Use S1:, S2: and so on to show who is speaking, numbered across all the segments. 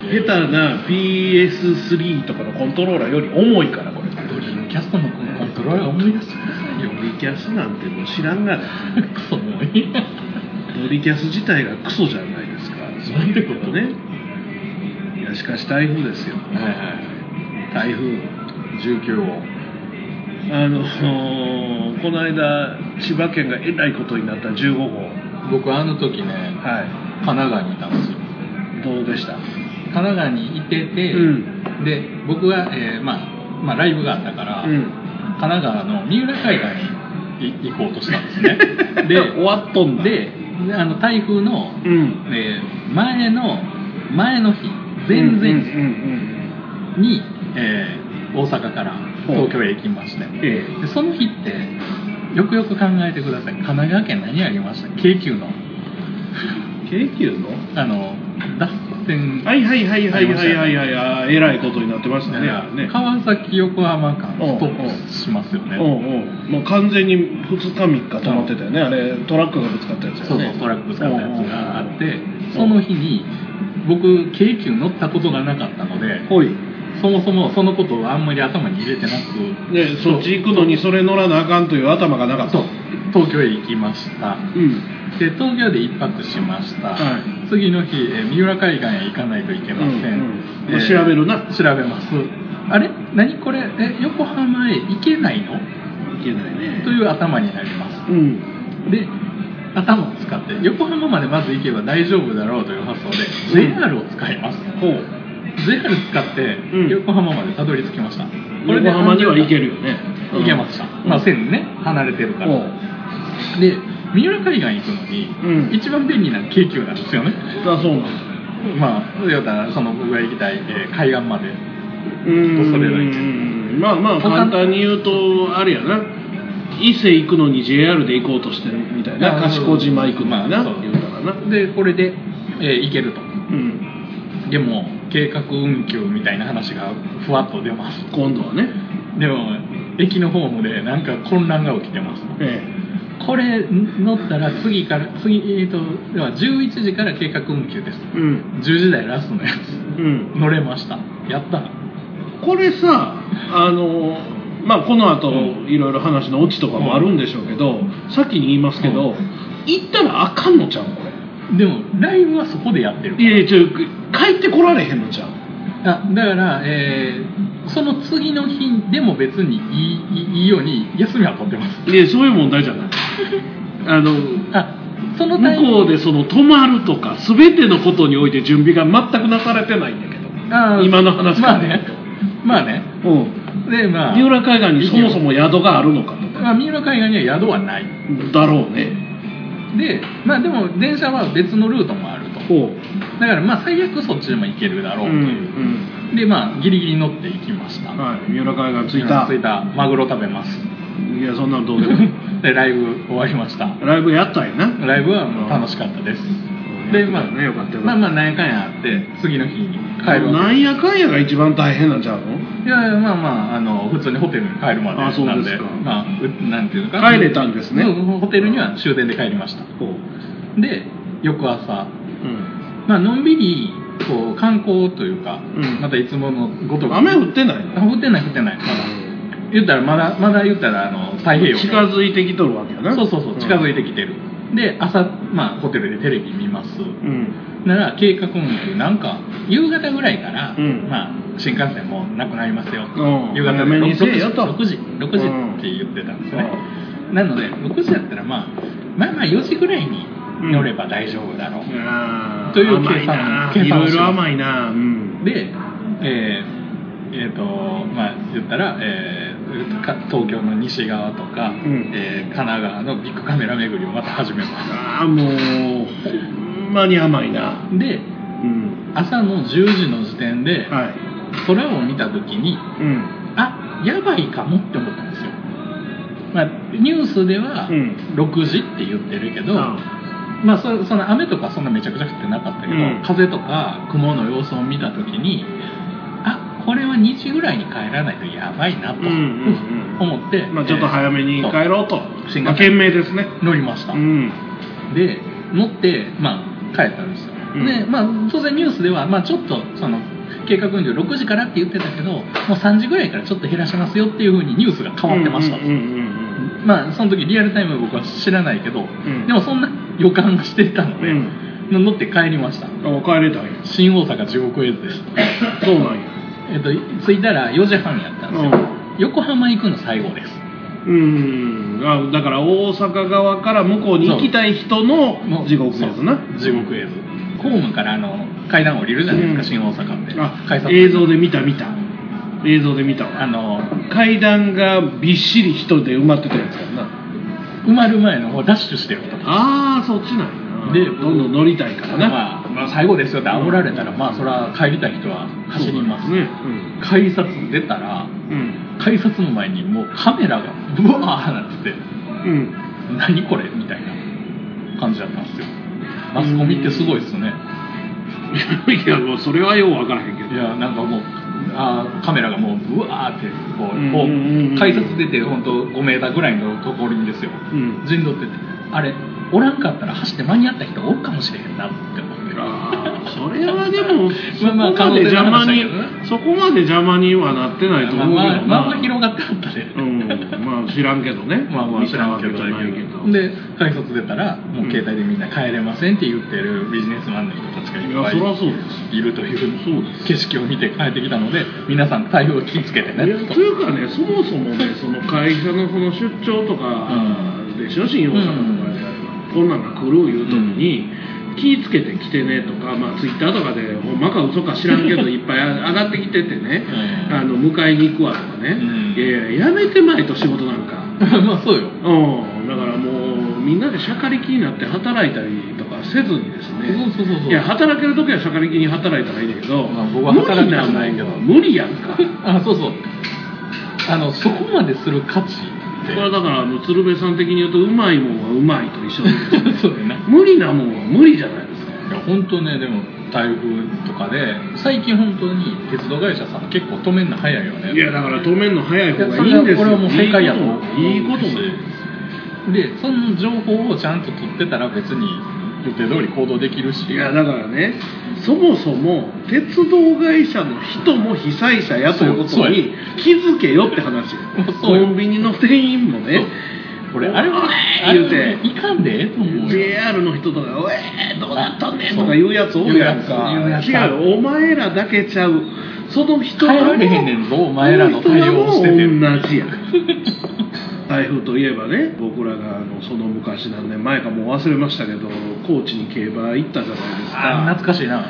S1: 下手な PS3 とかのコントローラーより重いからこれ
S2: ドリームキャストのコントローラー思い出してくださいよ
S1: ドリキャスなんてもう知らんがな
S2: クソもういい
S1: ドリキャス自体がクソじゃないですかそう
S2: なんて
S1: いう
S2: こ
S1: こと
S2: と
S1: ねいやしかし台風ですよ
S2: はいはい
S1: 台風
S2: 19号
S1: あのこの間千葉県がえらいことになった15号
S2: 僕あの時ね
S1: は
S2: 神奈川にいたんですよ
S1: いどうでした
S2: 神奈川にいてて、
S1: うん
S2: で僕は、えーまあ、まあライブがあったから、
S1: うん
S2: 神奈川の三浦海岸にい行こうとしたんです ね
S1: で終わっとんだ
S2: でであの台風の、
S1: うん
S2: えー前の前の日前
S1: うん
S2: 々
S1: うん
S2: 日に、えー大阪から東京へ行きまして
S1: うんうんえ
S2: でその日ってよくよく考えてください神奈川県何ありました京急の
S1: え京急の
S2: あの脱線
S1: はいはいはいはいはいはいはいあーえらいことになってましたねあれね
S2: 川崎横浜間
S1: うん
S2: ストップしますよね、
S1: うんうんもう完全に2日3日止まってたよねあれトラックがぶつかったやつ
S2: そ
S1: よ
S2: う
S1: ね
S2: そうトラックぶつかったやつがあっ
S1: うん
S2: てその日に僕京急乗ったことがなかったので
S1: ほい
S2: そもそもそのことをあんまり頭に入れてなく
S1: でそっち行くのにそれ乗らなあかんという頭がなかった
S2: そう東京へ行きました
S1: うん
S2: で東京で一泊しました、
S1: はい
S2: 次の日、えー三浦海岸へ行かないといけません、
S1: うんうん調べるな
S2: 調べますあれ何これえ横浜へ行けないの
S1: いけないね
S2: という頭になります
S1: うん
S2: で頭を使って横浜までまず行けば大丈夫だろうという発想で
S1: うん
S2: JR を使います、
S1: ほう
S2: JR 使って
S1: うん
S2: 横浜までたどり着きました、
S1: 横浜には行け
S2: る
S1: るよね
S2: 行けました、
S1: うん
S2: まあ線ね離れてるから
S1: ほう
S2: で三浦海岸行くのに、
S1: うん
S2: 一番便利なの京急なんですよね
S1: あそうなん
S2: まあ言うたらその僕が行きたい、えー海岸まで
S1: うん
S2: 恐れない
S1: まあまあ簡単に言うとあれやな伊勢行くのに JR で行こうとしてるみたいな
S2: あー
S1: 賢島行くのにな
S2: まあそう
S1: 言うたらな
S2: でこれで、えー行けると
S1: うん
S2: でも計画運休みたいな話がふわっと出ます
S1: 今度はね
S2: でも駅のホームでなんか混乱が起きてます
S1: え
S2: これん乗ったら次から次えっ、とでは11時から計画運休です
S1: えうん
S2: 10時台ラストのやつ
S1: うん
S2: 乗れましたやった
S1: これさあのまあこの後
S2: うん
S1: いろいろ話のオチとかもあるんでしょうけど、先に言いますけど、
S2: うん
S1: 行ったらあかんのちゃうこ
S2: でもライブはそこでやってる
S1: れいやいやちょ帰ってこられへんのちゃう
S2: あだから、えーその次の日でも別にいいいいいように休みは取ってます
S1: いやそういう問題じゃない あの
S2: あそのタイミン
S1: 向
S2: グ
S1: こうでその泊まるとか全てのことにおいて準備が全くなされてないんだけど
S2: あー
S1: 今の話
S2: ま
S1: か
S2: あ
S1: ら
S2: ねまあね
S1: うん
S2: でまあ
S1: 三浦海岸にそもそも宿があるのかと
S2: まあ
S1: か
S2: 三浦海岸には宿はない
S1: だろうね
S2: でまあでも電車は別のルートもあるとだ
S1: ほう
S2: からまあ最悪そっちでも行けるだろうという、
S1: ん
S2: でまあギリギリ乗って行きました、
S1: うんはい三浦海岸着いた
S2: 着いたマグロ食べます
S1: いやそんなのどうでも いい
S2: でライブ終わりました
S1: ライブやったんやな。
S2: ライブはもう楽しかったです、で
S1: で、
S2: ま
S1: ま
S2: あ
S1: あね、よかったよ
S2: まあ
S1: かっ
S2: まあ何やかんやあって次の日に
S1: た。
S2: 帰るわ
S1: な
S2: け
S1: んやかんやが一番大変なんちゃうの
S2: いやいやまあまああの普通にホテルに帰るまでな
S1: あそうん
S2: で
S1: ですか
S2: まあうなんていうのか
S1: 帰れたんですね
S2: うんホテルには終電で帰りました
S1: こう。
S2: で翌朝
S1: うん。
S2: まあのんびりこう観光というか、
S1: うん
S2: またいつものごとく
S1: 雨降ってない
S2: あ
S1: の
S2: 降ってない降ってないまだ言ったらまだまだ言ったらあの太平洋
S1: 近づいてきとるわけやな。
S2: そうそうそう近づ
S1: い
S2: いてきてる、で朝、まあ、ホテルでテレビ見ます
S1: うん。
S2: なら計画運休なんか夕方ぐらいから、
S1: うん
S2: まあ、新幹線もうなくなりますよ、
S1: うん
S2: 夕方
S1: 早
S2: で
S1: め
S2: 6
S1: に
S2: 時
S1: せえよと
S2: 6時6時
S1: うん
S2: って言ってたんですね、なので6時だったらまあまあまあ4時ぐらいに乗れば大丈夫だろう、
S1: あー
S2: という計算
S1: 甘いな
S2: 計
S1: い
S2: 算を
S1: ろ
S2: します
S1: いろ甘いな。うん。
S2: で、えーえーとまあ、言ったら、えーか東京の西側とか、
S1: ん
S2: えー神奈川のビッグカメラ巡りをまた始めま
S1: ああ、もう、ほんまに甘いな。
S2: すで
S1: うん。
S2: 朝の10時の時点で
S1: はい。
S2: 空を見た時に
S1: うん。
S2: あやばいかもって思ったんですよ、まあ、ニュースでは
S1: うん。
S2: 6時って言ってるけど、
S1: あ
S2: まあ、そその雨とかそんなめちゃくちゃ降ってなかったけど、
S1: うん
S2: 風とか雲の様子を見た時にあこれは2時ぐらいに帰らないとやばいなと
S1: うんうんうん
S2: 思って、
S1: まあちょっと
S2: え
S1: 早めに帰ろうと。
S2: そう
S1: まあ、懸命ですね。
S2: ー乗りました、
S1: うん。
S2: で乗って、まあ、帰ったんですよ
S1: うん
S2: でまあ、当然ニュースでは、まあ、ちょっとその計画運動6時からって言ってたけどもう3時ぐらいからちょっと減らしますよっていうふうにニュースが変わってましたと、
S1: うんうん
S2: まあ、その時リアルタイム僕は知らないけど、
S1: ん
S2: でもそんな予感がしてたの
S1: うんう
S2: で、
S1: ん
S2: 乗って帰りました
S1: うんあ帰れたんや
S2: 新大阪地獄絵図です、
S1: そうなんや
S2: えっと、着いたら4時半やったんですよ、
S1: う
S2: 横浜行くの最後です
S1: うんあだから大阪側から向こうに行きたい人の地獄のやつな
S2: そう地獄絵図ホームからあの階段降りるじゃないですか、
S1: うん
S2: 新大阪って改
S1: あ
S2: 札
S1: 映像で見た見た映像で見たわ
S2: あの
S1: 階段がびっしり人で埋まってたやつやんな
S2: 埋まる前の方ダッシュしてること
S1: ああそっちなんやな
S2: で
S1: どんどん乗りたいからな、
S2: まあ、まあ最後ですよって煽られたら、まあそれは帰りたい人は走ります
S1: そうだね
S2: 改札出たら
S1: うん
S2: 改札の前にもうカメラがうわーなってて
S1: うん
S2: 何これみたいな感じだったんですよマスコミってすごいですね
S1: いやもうそれはよう分からへんけど
S2: いやなんかもうあーカメラがもううわーってこう,、
S1: うんうんうん
S2: 改札出て本当5メーターぐらいのところにですよ
S1: うん
S2: 陣取っててあれおらんかったら走って間に合った人おるかもしれへんなって思って
S1: あーそれはでもそ
S2: まあまあ
S1: こまで邪魔に
S2: 可能性の話だけどね
S1: そこまで邪魔にはなってないと
S2: まあ
S1: 思うけど
S2: まあまあまあ
S1: な
S2: 広がってあったね、
S1: うんまあ知らんけどね
S2: まあまあ
S1: 見
S2: 知
S1: た
S2: らん
S1: わ
S2: け
S1: け
S2: ど
S1: じゃないけど
S2: で改札出たらもう携帯でみんな帰れませんって言ってるビジネスマンの人たちがい
S1: い
S2: っぱ
S1: やそりゃ
S2: い
S1: そうです
S2: いると
S1: そう
S2: い
S1: で
S2: う景色を見て帰ってきたので皆さん対応気をつけて
S1: いや
S2: ね
S1: というかねそもそもねその会社のその出張とかでしょ新大阪とかであれば、こんなんが来るいう時に、気ぃつけて来てねとか、まあ、ツイッターとかでほんまか嘘か知ら んけどいっぱい上がってきててね、
S2: うん
S1: あの迎えに行くわとかね、
S2: うん
S1: いやいややめてまいと仕事なんか
S2: まあそうよ
S1: うんだからもうみんなでしゃかりきになって働いたりとかせずにですね
S2: そうそうそうそう
S1: いや働ける時はしゃかりきに働いたらいいんだけど、
S2: まあ僕は働きたくないけど
S1: 無理なんもん無理やんか
S2: あそうそうあのそこまでする価値っ
S1: こ
S2: て
S1: れはだからあの鶴瓶さん的に言うとうまいもんはうまいと一緒です
S2: そうだな
S1: 無理なもんは無理じゃないですか
S2: いや本当ねでも台風とかで最近本当に鉄道会社さん結構止めんの早いよね
S1: いやだから止めんの早い
S2: いや
S1: 方
S2: そ
S1: がいいんですよ
S2: これはもう正解やと思う
S1: いいことだよ
S2: でその情報をちゃんと取ってたら別に予定通り行動できるし
S1: いやだからねそもそも鉄道会社の人も被災者やということ
S2: そう
S1: に気づけよって 話
S2: そうよ
S1: コンビニの店員もね
S2: これあれはあ
S1: 言
S2: れ
S1: うて
S2: いかんでええと思うよ
S1: JR の人とか「おえーどうなったんねん」とか言うやつおるやんか
S2: 言うやつ言うやつ
S1: 違うお前らだけちゃうその人
S2: 帰
S1: らも
S2: られへんねんぞお前らの対応をしてて
S1: その人らも同じや 台風といえばね僕らがあのその昔何年前かもう忘れましたけど高知に競馬行ったじゃないです
S2: あ
S1: か
S2: 懐かしいな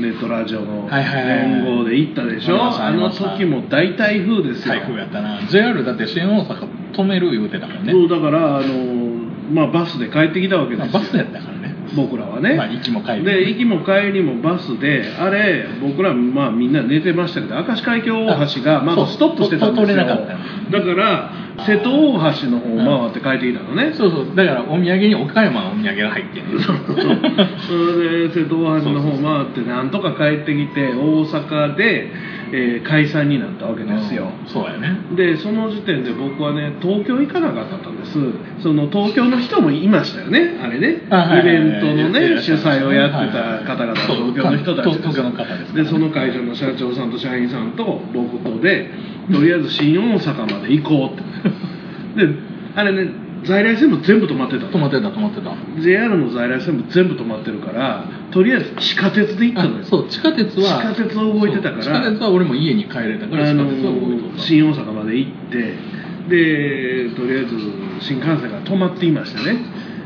S1: ネットラジオの
S2: はいはいはいはい
S1: 連合で行ったでしょ、
S2: ありました
S1: あの時も大台風ですよ
S2: 台風やったな JR だって新大阪止める言うてたもんね
S1: そうだからあの、まあ、バスで帰ってきたわけです
S2: まあ
S1: よ、
S2: バスやったからね
S1: 僕らはね、
S2: まあ行きも帰りも
S1: で行きも帰りもバスであれ僕ら、まあ、みんな寝てましたけど明石海峡大橋がま
S2: そ
S1: だ
S2: う
S1: ストップしてたんですよ
S2: と通れ
S1: だ
S2: な
S1: か
S2: かった
S1: ら瀬戸大橋の方を回って帰ってきたのね、
S2: そうそうだからお土産に岡山のお土産が入ってる
S1: それで瀬戸大橋の方回ってなんとか帰ってきて大阪で、えー解散になったわけですよ、
S2: うん そうやね
S1: でその時点で僕はね東京行かなかったんですその東京の人もいましたよねあれね
S2: あはい
S1: イベントの
S2: はいはい
S1: ね主催をやってた方々
S2: はい
S1: 東京の人たち
S2: そう東京の方ですから
S1: で
S2: ね
S1: その会社の社長さんと社員さんと僕とでとりあえず新大阪まで行こう ってであれね在来線も全部止まってた
S2: 止まってた止まってた
S1: JR も在来線も全部止まってるからとりあえず地下鉄で行ったのよ
S2: あそう地下鉄は
S1: 地下鉄は動いてたから
S2: そう地下鉄は俺も家に帰れたから
S1: あ
S2: 地
S1: の
S2: 下鉄は動いてた
S1: 新大阪まで行ってでとりあえず新幹線が止まっていましてね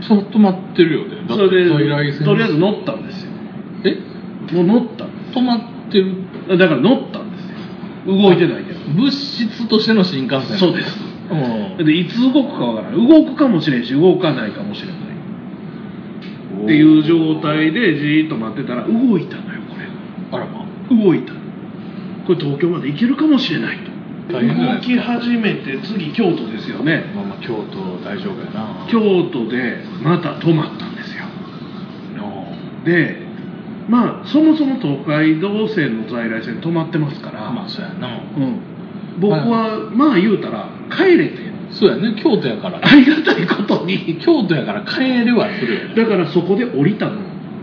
S2: そう止まってるよねだ
S1: そ
S2: っ
S1: れ
S2: て
S1: で
S2: 在来線
S1: とりあえず乗ったんですよ
S2: え
S1: もう乗ったんで
S2: 止まってる
S1: すだから乗ったんですよ動いてないけど
S2: 物質としての新幹線
S1: そうです
S2: うん
S1: でいつ動くかわからない動くかもしれんし動かないかもしれないっていう状態でじーっと待ってたら動いたのよこれ
S2: あらま
S1: 動いたこれ東京まで行けるかもしれないと
S2: 大変じゃな
S1: 動
S2: いです
S1: き
S2: か
S1: 始めて次京都ですよね
S2: まあまあ京都大丈夫やな
S1: 京都でまた泊まったんですよ
S2: うん
S1: でまあそもそも東海道線の在来線止まってますから、
S2: まあそうやな
S1: うん、僕はまあ言うたら帰れて
S2: そうやね京都やから
S1: ありがたいことに
S2: 京都やから帰れはするよね
S1: だからそこで降りたの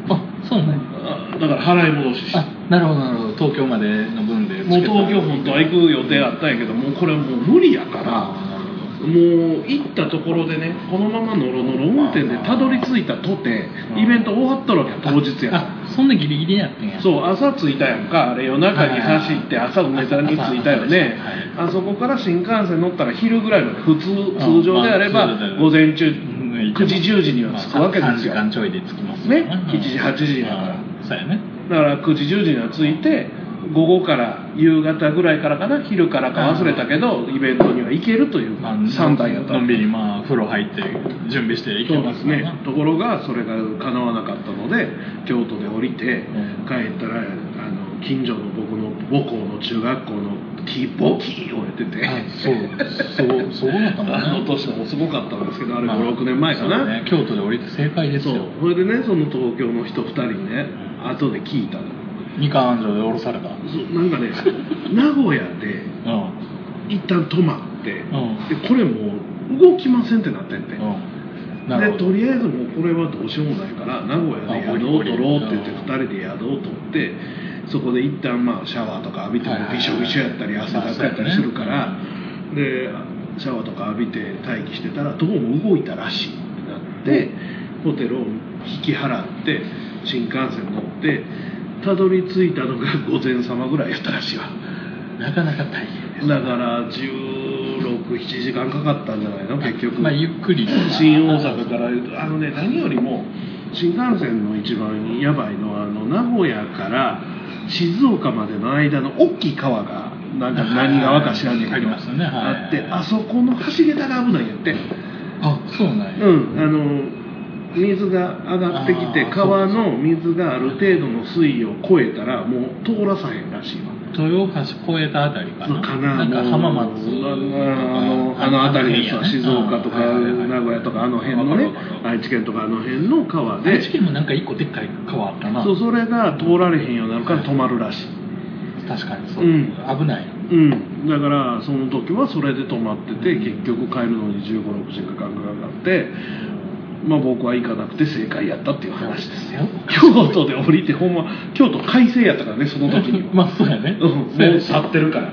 S2: あそうね
S1: あだから払い戻しして
S2: あなるほどなるほど東京までの分で
S1: もう東京本当は行く予定あったんやけどもうこれはもう無理やから
S2: あーなるほど
S1: もう行ったところでねこのままノロノロ運転でたどり着いたとて
S2: あー
S1: イベント終わっとるわけや当日やから
S2: あそんなギリギリやってんや
S1: そう朝着いたやんかあれ夜中に走って
S2: はい
S1: 朝梅田に着いたよね
S2: 朝
S1: あそこから新幹線乗ったら昼ぐらいまで普通通常であれば
S2: うんまあ
S1: 午前中
S2: 9
S1: 9時10時には着くわけですよ
S2: 3時間
S1: だ
S2: ちょいで着きます
S1: ね7時8時やから
S2: うんそうやね
S1: から9時10時には着いて午後から夕方ぐらいからかな昼からか忘れたけどイベントには行けるという
S2: まあ
S1: 3台やった
S2: のんびりまあ風呂入って準備して行
S1: そ
S2: け
S1: うで
S2: ますすから
S1: ねところがそれが叶わなかったので京都で降りて
S2: うん
S1: 帰ったらあの近所の僕の母校の中学校のキーボキーをやってて、
S2: あそうそうそうだったもんね
S1: あの年もすごかったんですけどあれ
S2: まあ
S1: 56年前かな、
S2: そうね京都で降りて正解です
S1: そう
S2: よ
S1: それでねその東京の人2人にね
S2: うん
S1: 後で聞いたの
S2: 二冠安城で降ろされた
S1: そうなん かね名古屋で
S2: うん
S1: 一旦泊まってで
S2: うん
S1: これもう動きませんってなってんて、
S2: うんなる
S1: で
S2: ほ
S1: と
S2: ど
S1: りあえずもうこれはどうしようもないから名古屋で宿を取ろうって言って
S2: あ
S1: 2人で宿を取ってそこで一旦まあシャワーとか浴びても
S2: はいはいはい
S1: びしょびしょやったり汗だくやったりするからでシャワーとか浴びて待機してたらどうも動いたらしいってなってホテルを引き払って新幹線乗ってたどり着いたのが午前様ぐらいやったらしいわ
S2: なかなか大変です
S1: だから1617時間かかったんじゃないの結局
S2: まあゆっくり
S1: 新大阪からあのね何よりも新幹線の一番やばいのはあの名古屋から静岡までの間の大きい川がなんか何川か知らんねん
S2: あ
S1: け
S2: り
S1: ど
S2: ますよねはい
S1: あってあそこの橋桁が危ないんやって
S2: あそうなんや、
S1: うんあの水が上がってきて
S2: あー
S1: 川の水がある程度の水位を超えたらもう通らさへんらしいわ
S2: 豊橋越えたあたりかな
S1: かな
S2: なんか浜松と
S1: あ
S2: か
S1: のあの辺りですわ
S2: あの辺やね
S1: 静岡とか
S2: うんはいはいはい
S1: 名古屋とかあの辺のね
S2: わかるわかる
S1: 愛知県とかあの辺の川で
S2: 愛知県もなんか一個でっかい川あったな
S1: そうそれが通られへんようになるから止まるらしい、
S2: 確かにそう、
S1: うん
S2: 危ない
S1: うん、だからその時はそれで止まってて結局帰るのに1 5 6時間かかって、まあ、僕は行かなくて正解やったっていう話です
S2: よ
S1: 京都で降りてほんま京都快晴やったからねその時には、
S2: まあ そうやね、
S1: うん、
S2: そうや
S1: もう
S2: ね
S1: 去ってるから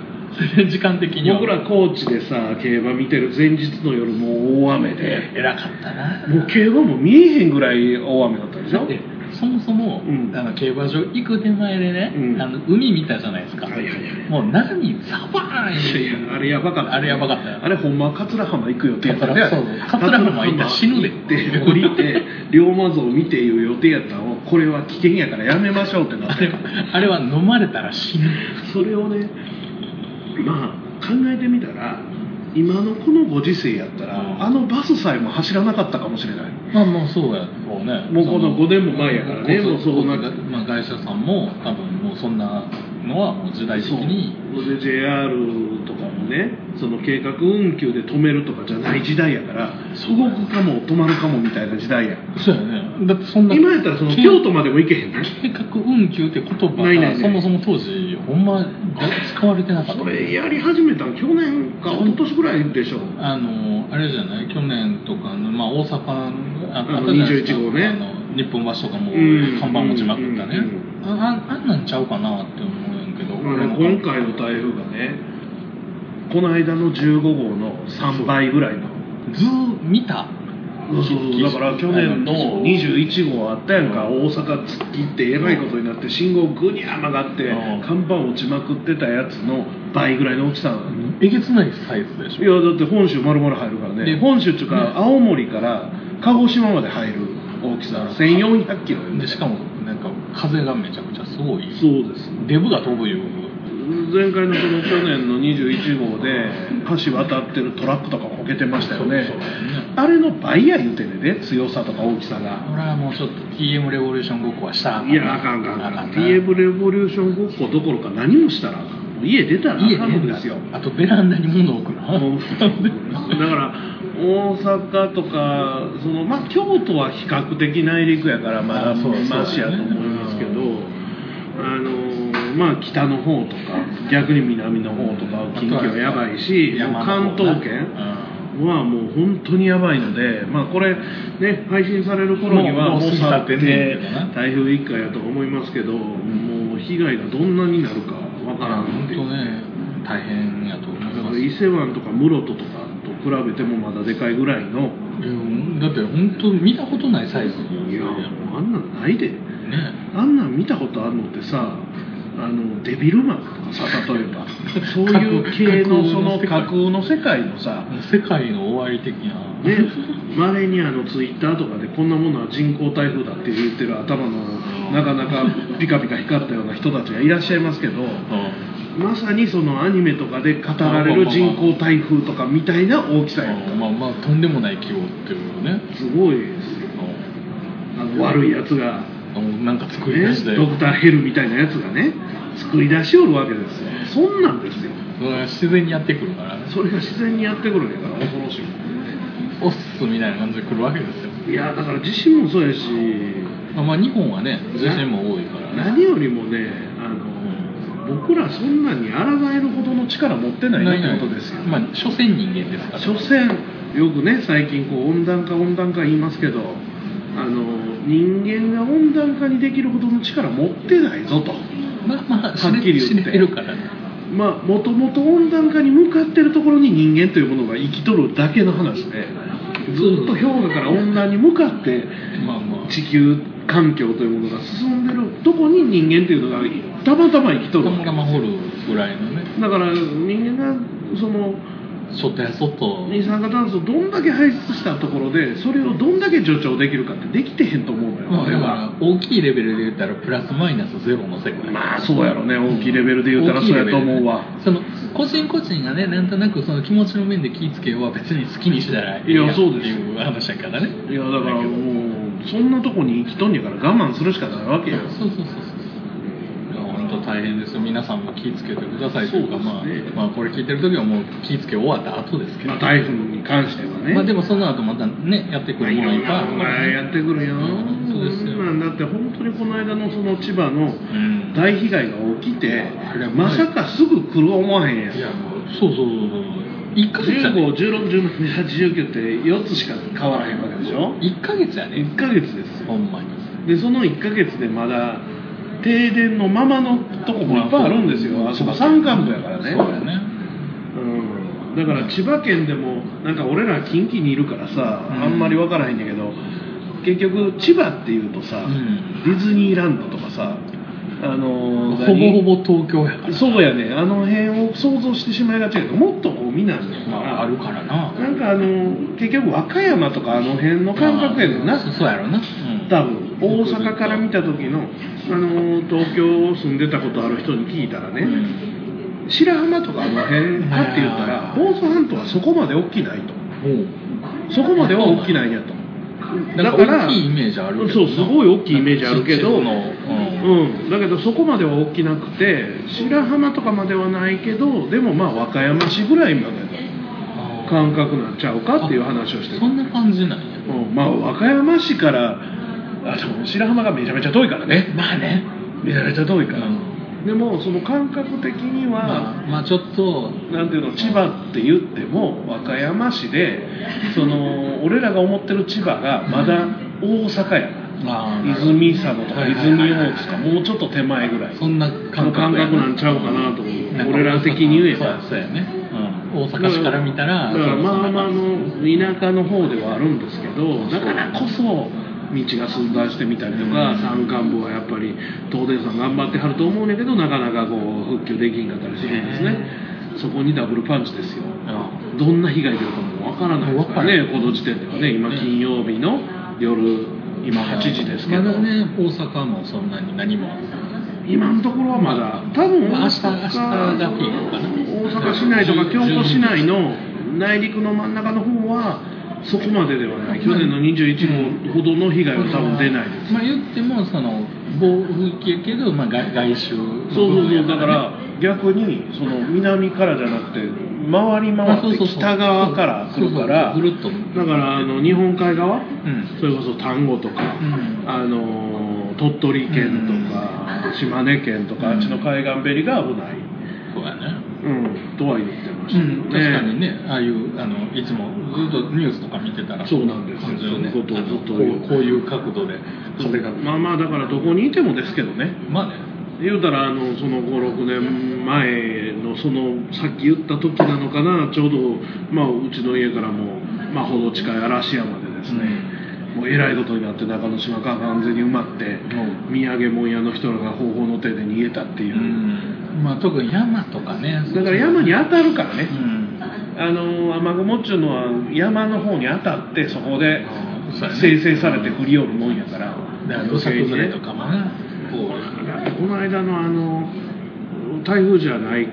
S2: 時間的には
S1: 僕ら高知でさ競馬見てる前日の夜もう大雨で
S2: 偉かったな
S1: もう競馬も見えへんぐらい大雨だったでしょ
S2: でそもそも、
S1: うん
S2: あの競馬場行く手前でね、
S1: うん
S2: あの海見たじゃないですか、
S1: はいはいはい
S2: もう何サバーン
S1: いやいやあれやばかった
S2: あれやばかったよ
S1: あれほんまは桂浜行く予定やった
S2: 桂そうそう桂浜行ったら死ぬで
S1: 桂浜行って降りて龍馬像見ていう予定やったのをこれは危険やからやめましょうってなっ
S2: あ
S1: て
S2: れあれは飲まれたら死ぬ
S1: それをねまあ考えてみたら今のこのご時世やったら、
S2: うん
S1: あのバスさえも走らなかったかもしれない
S2: まあもうそうやろうね
S1: もうこの5年も前やからねもうそうな
S2: なん
S1: か
S2: まあ、会社さんも多分もうそんなのはもう時代的に
S1: そうで JR とかもねその計画運休で止めるとかじゃない時代やから
S2: そう
S1: 動くかも止まるかもみたいな時代や
S2: そうやねだってそんな
S1: 今やったらその
S2: 計
S1: 京都までも行けへんね
S2: 計画運休って言葉が
S1: ないないない
S2: そもそも当時ほんま使われてなかった
S1: それやり始めたん去年か一昨年ぐらいでしょ
S2: あのあれじゃない去年とかの、まあ、大阪のあ
S1: あの
S2: あったじゃないですか
S1: 21号ね
S2: あの日本橋とかも
S1: うん
S2: 看板持ちまくったね、
S1: う
S2: あああんなんちゃうかなって思うんやけど、
S1: あの今回の台風がねこの間の15号の3倍ぐらいの
S2: 図見た
S1: そうそうだから去年の21号あったやんか大阪突きってえらいことになって信号ぐにゃ曲がって
S2: うん
S1: 看板落ちまくってたやつの倍ぐらいの落ちたのね
S2: えげつないサイズでし
S1: い
S2: ょ
S1: やだって本州まるまる入るからね
S2: で
S1: 本州っていう
S2: ね
S1: か青森から鹿児島まで入る大きさ1400キロよね
S2: でしかもなんか風がめちゃくちゃすごい
S1: そうです
S2: デブが飛ぶいう
S1: 前回のその去年の21号で橋渡ってるトラックとかこけてましたよね
S2: そうそうね
S1: あれの倍や言うてんねんで強さとか大きさが
S2: 俺はもうちょっと TM レボリューションごっこはしたら
S1: いやあかんあかんあかん
S2: な
S1: TM レボリューションごっこどころか何もしたらあかんもう家出たらあ
S2: 家
S1: かんのですよ
S2: あとベランダに物置くの
S1: もうだから大阪とかその、まあ、京都は比較的内陸やからまだ
S2: あそうそう
S1: マシやと思いますけど、あのまあ、北の方とか逆に南の方とか近畿はやばいしもう
S2: 山の
S1: 関
S2: 方
S1: 東圏
S2: うん
S1: はもうう本当にやばいので、まあ、これ、ね、配信される頃には
S2: もうもう過ぎ去ってんねんけどな
S1: 台風一過やと思いますけど、もう被害がどんなになるかわからん
S2: 本
S1: ってい
S2: 当
S1: う
S2: ね大変やと思い
S1: だか
S2: ま
S1: ら
S2: す
S1: 伊勢湾とか室戸とかと比べてもまだでかいぐらいの
S2: いやだって本当見たことないサイズ
S1: いや
S2: ね
S1: もうあんなんないであんなん見たことあるのってさあのデビルマンとかさ例え ばそういう系のその架
S2: 架空
S1: 空の世界のさ
S2: 世界の終わり的な
S1: ねまれにあのツイッターとかでこんなものは人工台風だって言ってる頭のなかなかピカピカ光ったような人たちがいらっしゃいますけど
S2: う
S1: まさにそのアニメとかで語られる人工台風とかみたいな大きさやんか
S2: んまあまあとんでもない規模っていうのね
S1: すごいですよあの悪いやつが、
S2: あのなんか作り出しだ
S1: ね、
S2: よ
S1: ドクターヘルみたいなやつがね作り出しおるわけですよそんなんですよ
S2: うん自然にやってくるからね
S1: それが自然にやってくるんやから恐ろしいもんね
S2: オッスみたいな感じで来るわけですよ
S1: いやだから地震もそうやし
S2: まあまあ日本はね地震も多いからね
S1: 何よりもねあの僕らそんなに抗えるほどの力持ってないなってことですよ、
S2: まあ所詮人間ですから
S1: 所詮よくね最近こう温暖化温暖化言いますけどあの人間が温暖化にできるほどの力持ってないぞと
S2: まあまあ知
S1: はっき
S2: れ
S1: り言って
S2: 知れてるからね
S1: まあもともと温暖化に向かってるところに人間というものが生きとるだけの話でずっと氷河から温暖に向かって
S2: まあまあ
S1: 地球環境というものが進んでるとこに人間というのがたまたま生きとる
S2: たまたま掘るぐらいのね
S1: だから人間がその
S2: 外や外
S1: 二酸化炭素をどんだけ排出したところでそれをどんだけ助長できるかってできてへんと思うのよ、
S2: まあ
S1: 俺
S2: だか
S1: は
S2: ら大きいレベルで言ったらプラスマイナスゼロの世界
S1: まあそうやろね大きいレベルで言うたら
S2: ん
S1: そうやと思うわ
S2: 大きいレベルでねその個人個人がねなんとなくその気持ちの面で気ぃつけようは別に好きにしたら
S1: いやそう
S2: って
S1: ですよ
S2: いう話だからね
S1: いやだからもうそんなとこに生きとんやから我慢するしかないわけよ
S2: そうそうそうそういや本当大変ですよ皆さんも気ぃつけてくださいというか
S1: そうですね
S2: まあ、まあこれ聞いてる時はもう気ぃつけ終わった後ですけど、
S1: まあ台風に関してはね
S2: まあでもその後またねやってく
S1: まあい
S2: るもの
S1: ろ
S2: い
S1: ん
S2: っぱいあ
S1: なも
S2: るか
S1: のが
S2: らね
S1: やってくるよ、
S2: うんそうですよ
S1: まあだって本当にこの間のその千葉の
S2: うん
S1: 大被害が起きて
S2: あれは
S1: まさかすぐ来る思わへんやん
S2: いやもうそうそうそうそう1ヶ月やね
S1: 1516171819って4つしか変わらへんわけでしょ
S2: 1ヶ月やね
S1: 1ヶ月ですよ
S2: ほんまに
S1: でその1ヶ月でまだ停電のままのとこもいっぱいあるんですよあそこ山間部やからね
S2: そうやね
S1: うんだから千葉県でもなんか俺ら近畿にいるからさ、
S2: うん
S1: あんまりわからへんねんけど結局千葉っていうとさ、
S2: うん
S1: ディズニーランドとかさあのー
S2: ほぼほぼ東京やから
S1: そうやねあの辺を想像してしまいがちやけどもっとこう南のか
S2: ま
S1: ら、
S2: ああるからな
S1: なんかあの結局和歌山とかあの辺の感覚やねんな
S2: そうそうやろな、うん
S1: 多分大阪から見た時の、あのー東京住んでたことある人に聞いたらね、
S2: うん
S1: 白浜とかあの辺かって言ったら
S2: うん
S1: 房総半島はそこまで大きないとそこまでは大きないんやと
S2: おう
S1: だ
S2: なん
S1: か
S2: から大きいイメージあるけ
S1: そ
S2: ど
S1: う
S2: な
S1: すごい大きいイメージあるけど
S2: なんかちっちゃいのうん
S1: うん、だけどそこまでは大きなくて白浜とかまではないけどでもまあ和歌山市ぐらいまでの感覚なんちゃうかっていう話をして
S2: そ
S1: る、
S2: んな感じなんや
S1: うん、まあ和歌山市からあの白浜がめちゃめちゃ遠いからね
S2: まあね
S1: めちゃめちゃ遠いうから、
S2: ん
S1: でもその感覚的には、
S2: まあまあちょっと
S1: なんていうの千葉って言っても和歌山市でその俺らが思ってる千葉がまだ大阪やな
S2: まあ
S1: 泉佐野とか
S2: はいはいは
S1: 泉
S2: いはい
S1: 大津とかもうちょっと手前ぐらい
S2: そんな
S1: の
S2: 感
S1: 感
S2: 覚や
S1: 覚なんちゃうかなと思う俺ら的に言えば
S2: そうやそうやね、うん、大阪市から見た
S1: だ
S2: ら
S1: から
S2: そうそん
S1: まあ
S2: な
S1: まあ
S2: 感じ
S1: の田舎の方ではあるんですけどだからこそ道が寸断してみたりとか、
S2: うん
S1: 山間部はやっぱり東電さん頑張ってはると思うねんだけどなかなかこう復旧できんかったりするんですねそこにダブルパンチですよ
S2: うん
S1: どんな被害出るかもわからないですから
S2: わ
S1: ね、
S2: か
S1: この時点ではね、今、金曜日の夜、今8時ですけど、
S2: まだね大阪もそんなに何も
S1: 今のところはまだ、多分
S2: まあ
S1: 大
S2: 明日明日
S1: 阪
S2: がピークかな
S1: 大阪市内とか京都市内の内陸の真ん中の方は、そこまでではない、去年の21号ほどの被害は多分出ないです。
S2: まあ言ってもその暴風域やけど、まあ、外外
S1: そ
S2: 周
S1: うそうそうだから逆にその南からじゃなくて回り回って北側から来るから
S2: ぐるっと
S1: だからあの日本海側
S2: うん
S1: それこそ丹後とか、
S2: うん
S1: あのー鳥取県とか、島根県とか、
S2: うん
S1: あっちの海岸べりが危ない
S2: そうやね
S1: うん、とは言ってまし
S2: う
S1: たけどね
S2: ん、、確かにね、ああいうあのいつもずっとニュースとか見てたら
S1: そうなんですよ
S2: 感じよね
S1: そういうことを
S2: あの
S1: ずっ
S2: ことう
S1: 言う
S2: こういう角度で風が
S1: まあまあだからどこにいてもですけどね
S2: まあね
S1: 言うたらあのその56年前のそのさっき言った時なのかなちょうど、まあ、うちの家からも、まあ、ほど近い嵐山でですね、もうえらいことになって中之島が完全に埋まって
S2: う
S1: 土産物屋の人らが方法の手で逃げたっていうう、
S2: んまあ特に山とかね
S1: だから山に当たるから
S2: う
S1: ね、
S2: ん
S1: あの雨雲っちゅうのは山の方に当たってそこで
S2: そうやね
S1: 生成されて振り寄るもんやから
S2: だから土砂崩れとかもなこう
S1: この間のあの台風じゃない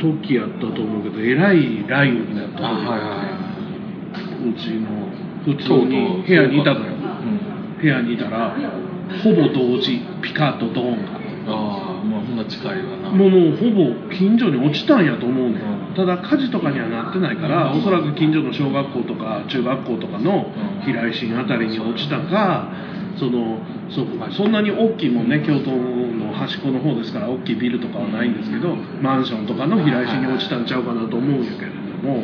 S1: 時やったと思うけどえらい雷雨になった時うちの普通に部屋にいたのよ
S2: うん
S1: 部屋にいたらほぼ同時ピカッとドーンが
S2: ああまあほんな近いわな
S1: もうもうほぼ近所に落ちたんやと思うね
S2: うん
S1: んただ火事とかにはなってないからおそらく近所の小学校とか中学校とかの
S2: うん
S1: 避雷針あたりに落ちたかそのそうかそんなに大きいもんね京都の端っこの方ですから大きいビルとかはないんですけどマンションとかの避雷針に落ちたんちゃうかなと思うんやけれども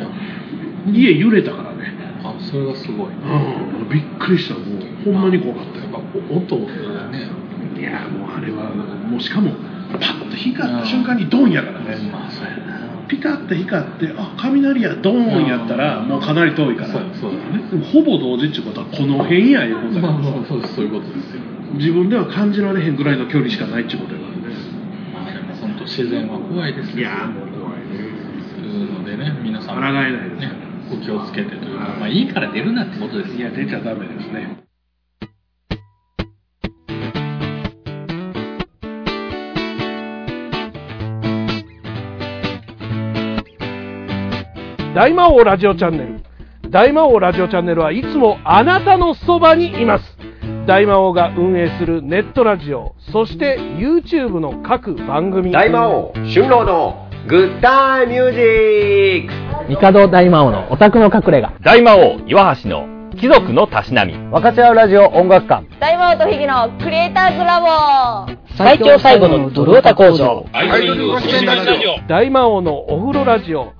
S1: 家揺れたからね、
S2: あそれがす
S1: う
S2: ごい
S1: ん、びっくりしたもうほんまに怖かった
S2: や
S1: よ
S2: っぱ音がね
S1: いやもうあれはもうしかもパッと光った瞬間にドンやからね、
S2: まあそうやな
S1: ピカッて光ってあ雷やドーンやったらもうかなり遠いから
S2: そうやそうだね
S1: でもほぼ同時っていうことはこの辺やいうことだから
S2: まあまあそうそういうことですよ
S1: 自分では感じられへんぐらいの距離しかないっていうことやからね
S2: まあでも本当自然は怖いですよ
S1: いやもう怖いね
S2: というのでね皆さん
S1: 抗えないです
S2: ね
S1: か
S2: お気をつけてというか、まあ、いいから出るなってことです
S1: らいや出ちゃダメですね
S3: 大魔王ラジオチャンネル大魔王ラジオチャンネルはいつもあなたのそばにいます大魔王が運営するネットラジオそして YouTube の各番組
S4: 大魔王春郎のグッタイミュージック
S5: 帝大魔王のオタクの隠れ家
S6: 大魔王岩橋の貴族のたしなみ
S5: 分かち合うラジオ音楽館
S7: 大魔王とヒゲのクリエイターズラボ
S5: 最強最後のドルオタ工場
S3: 大魔王のお風呂ラジオ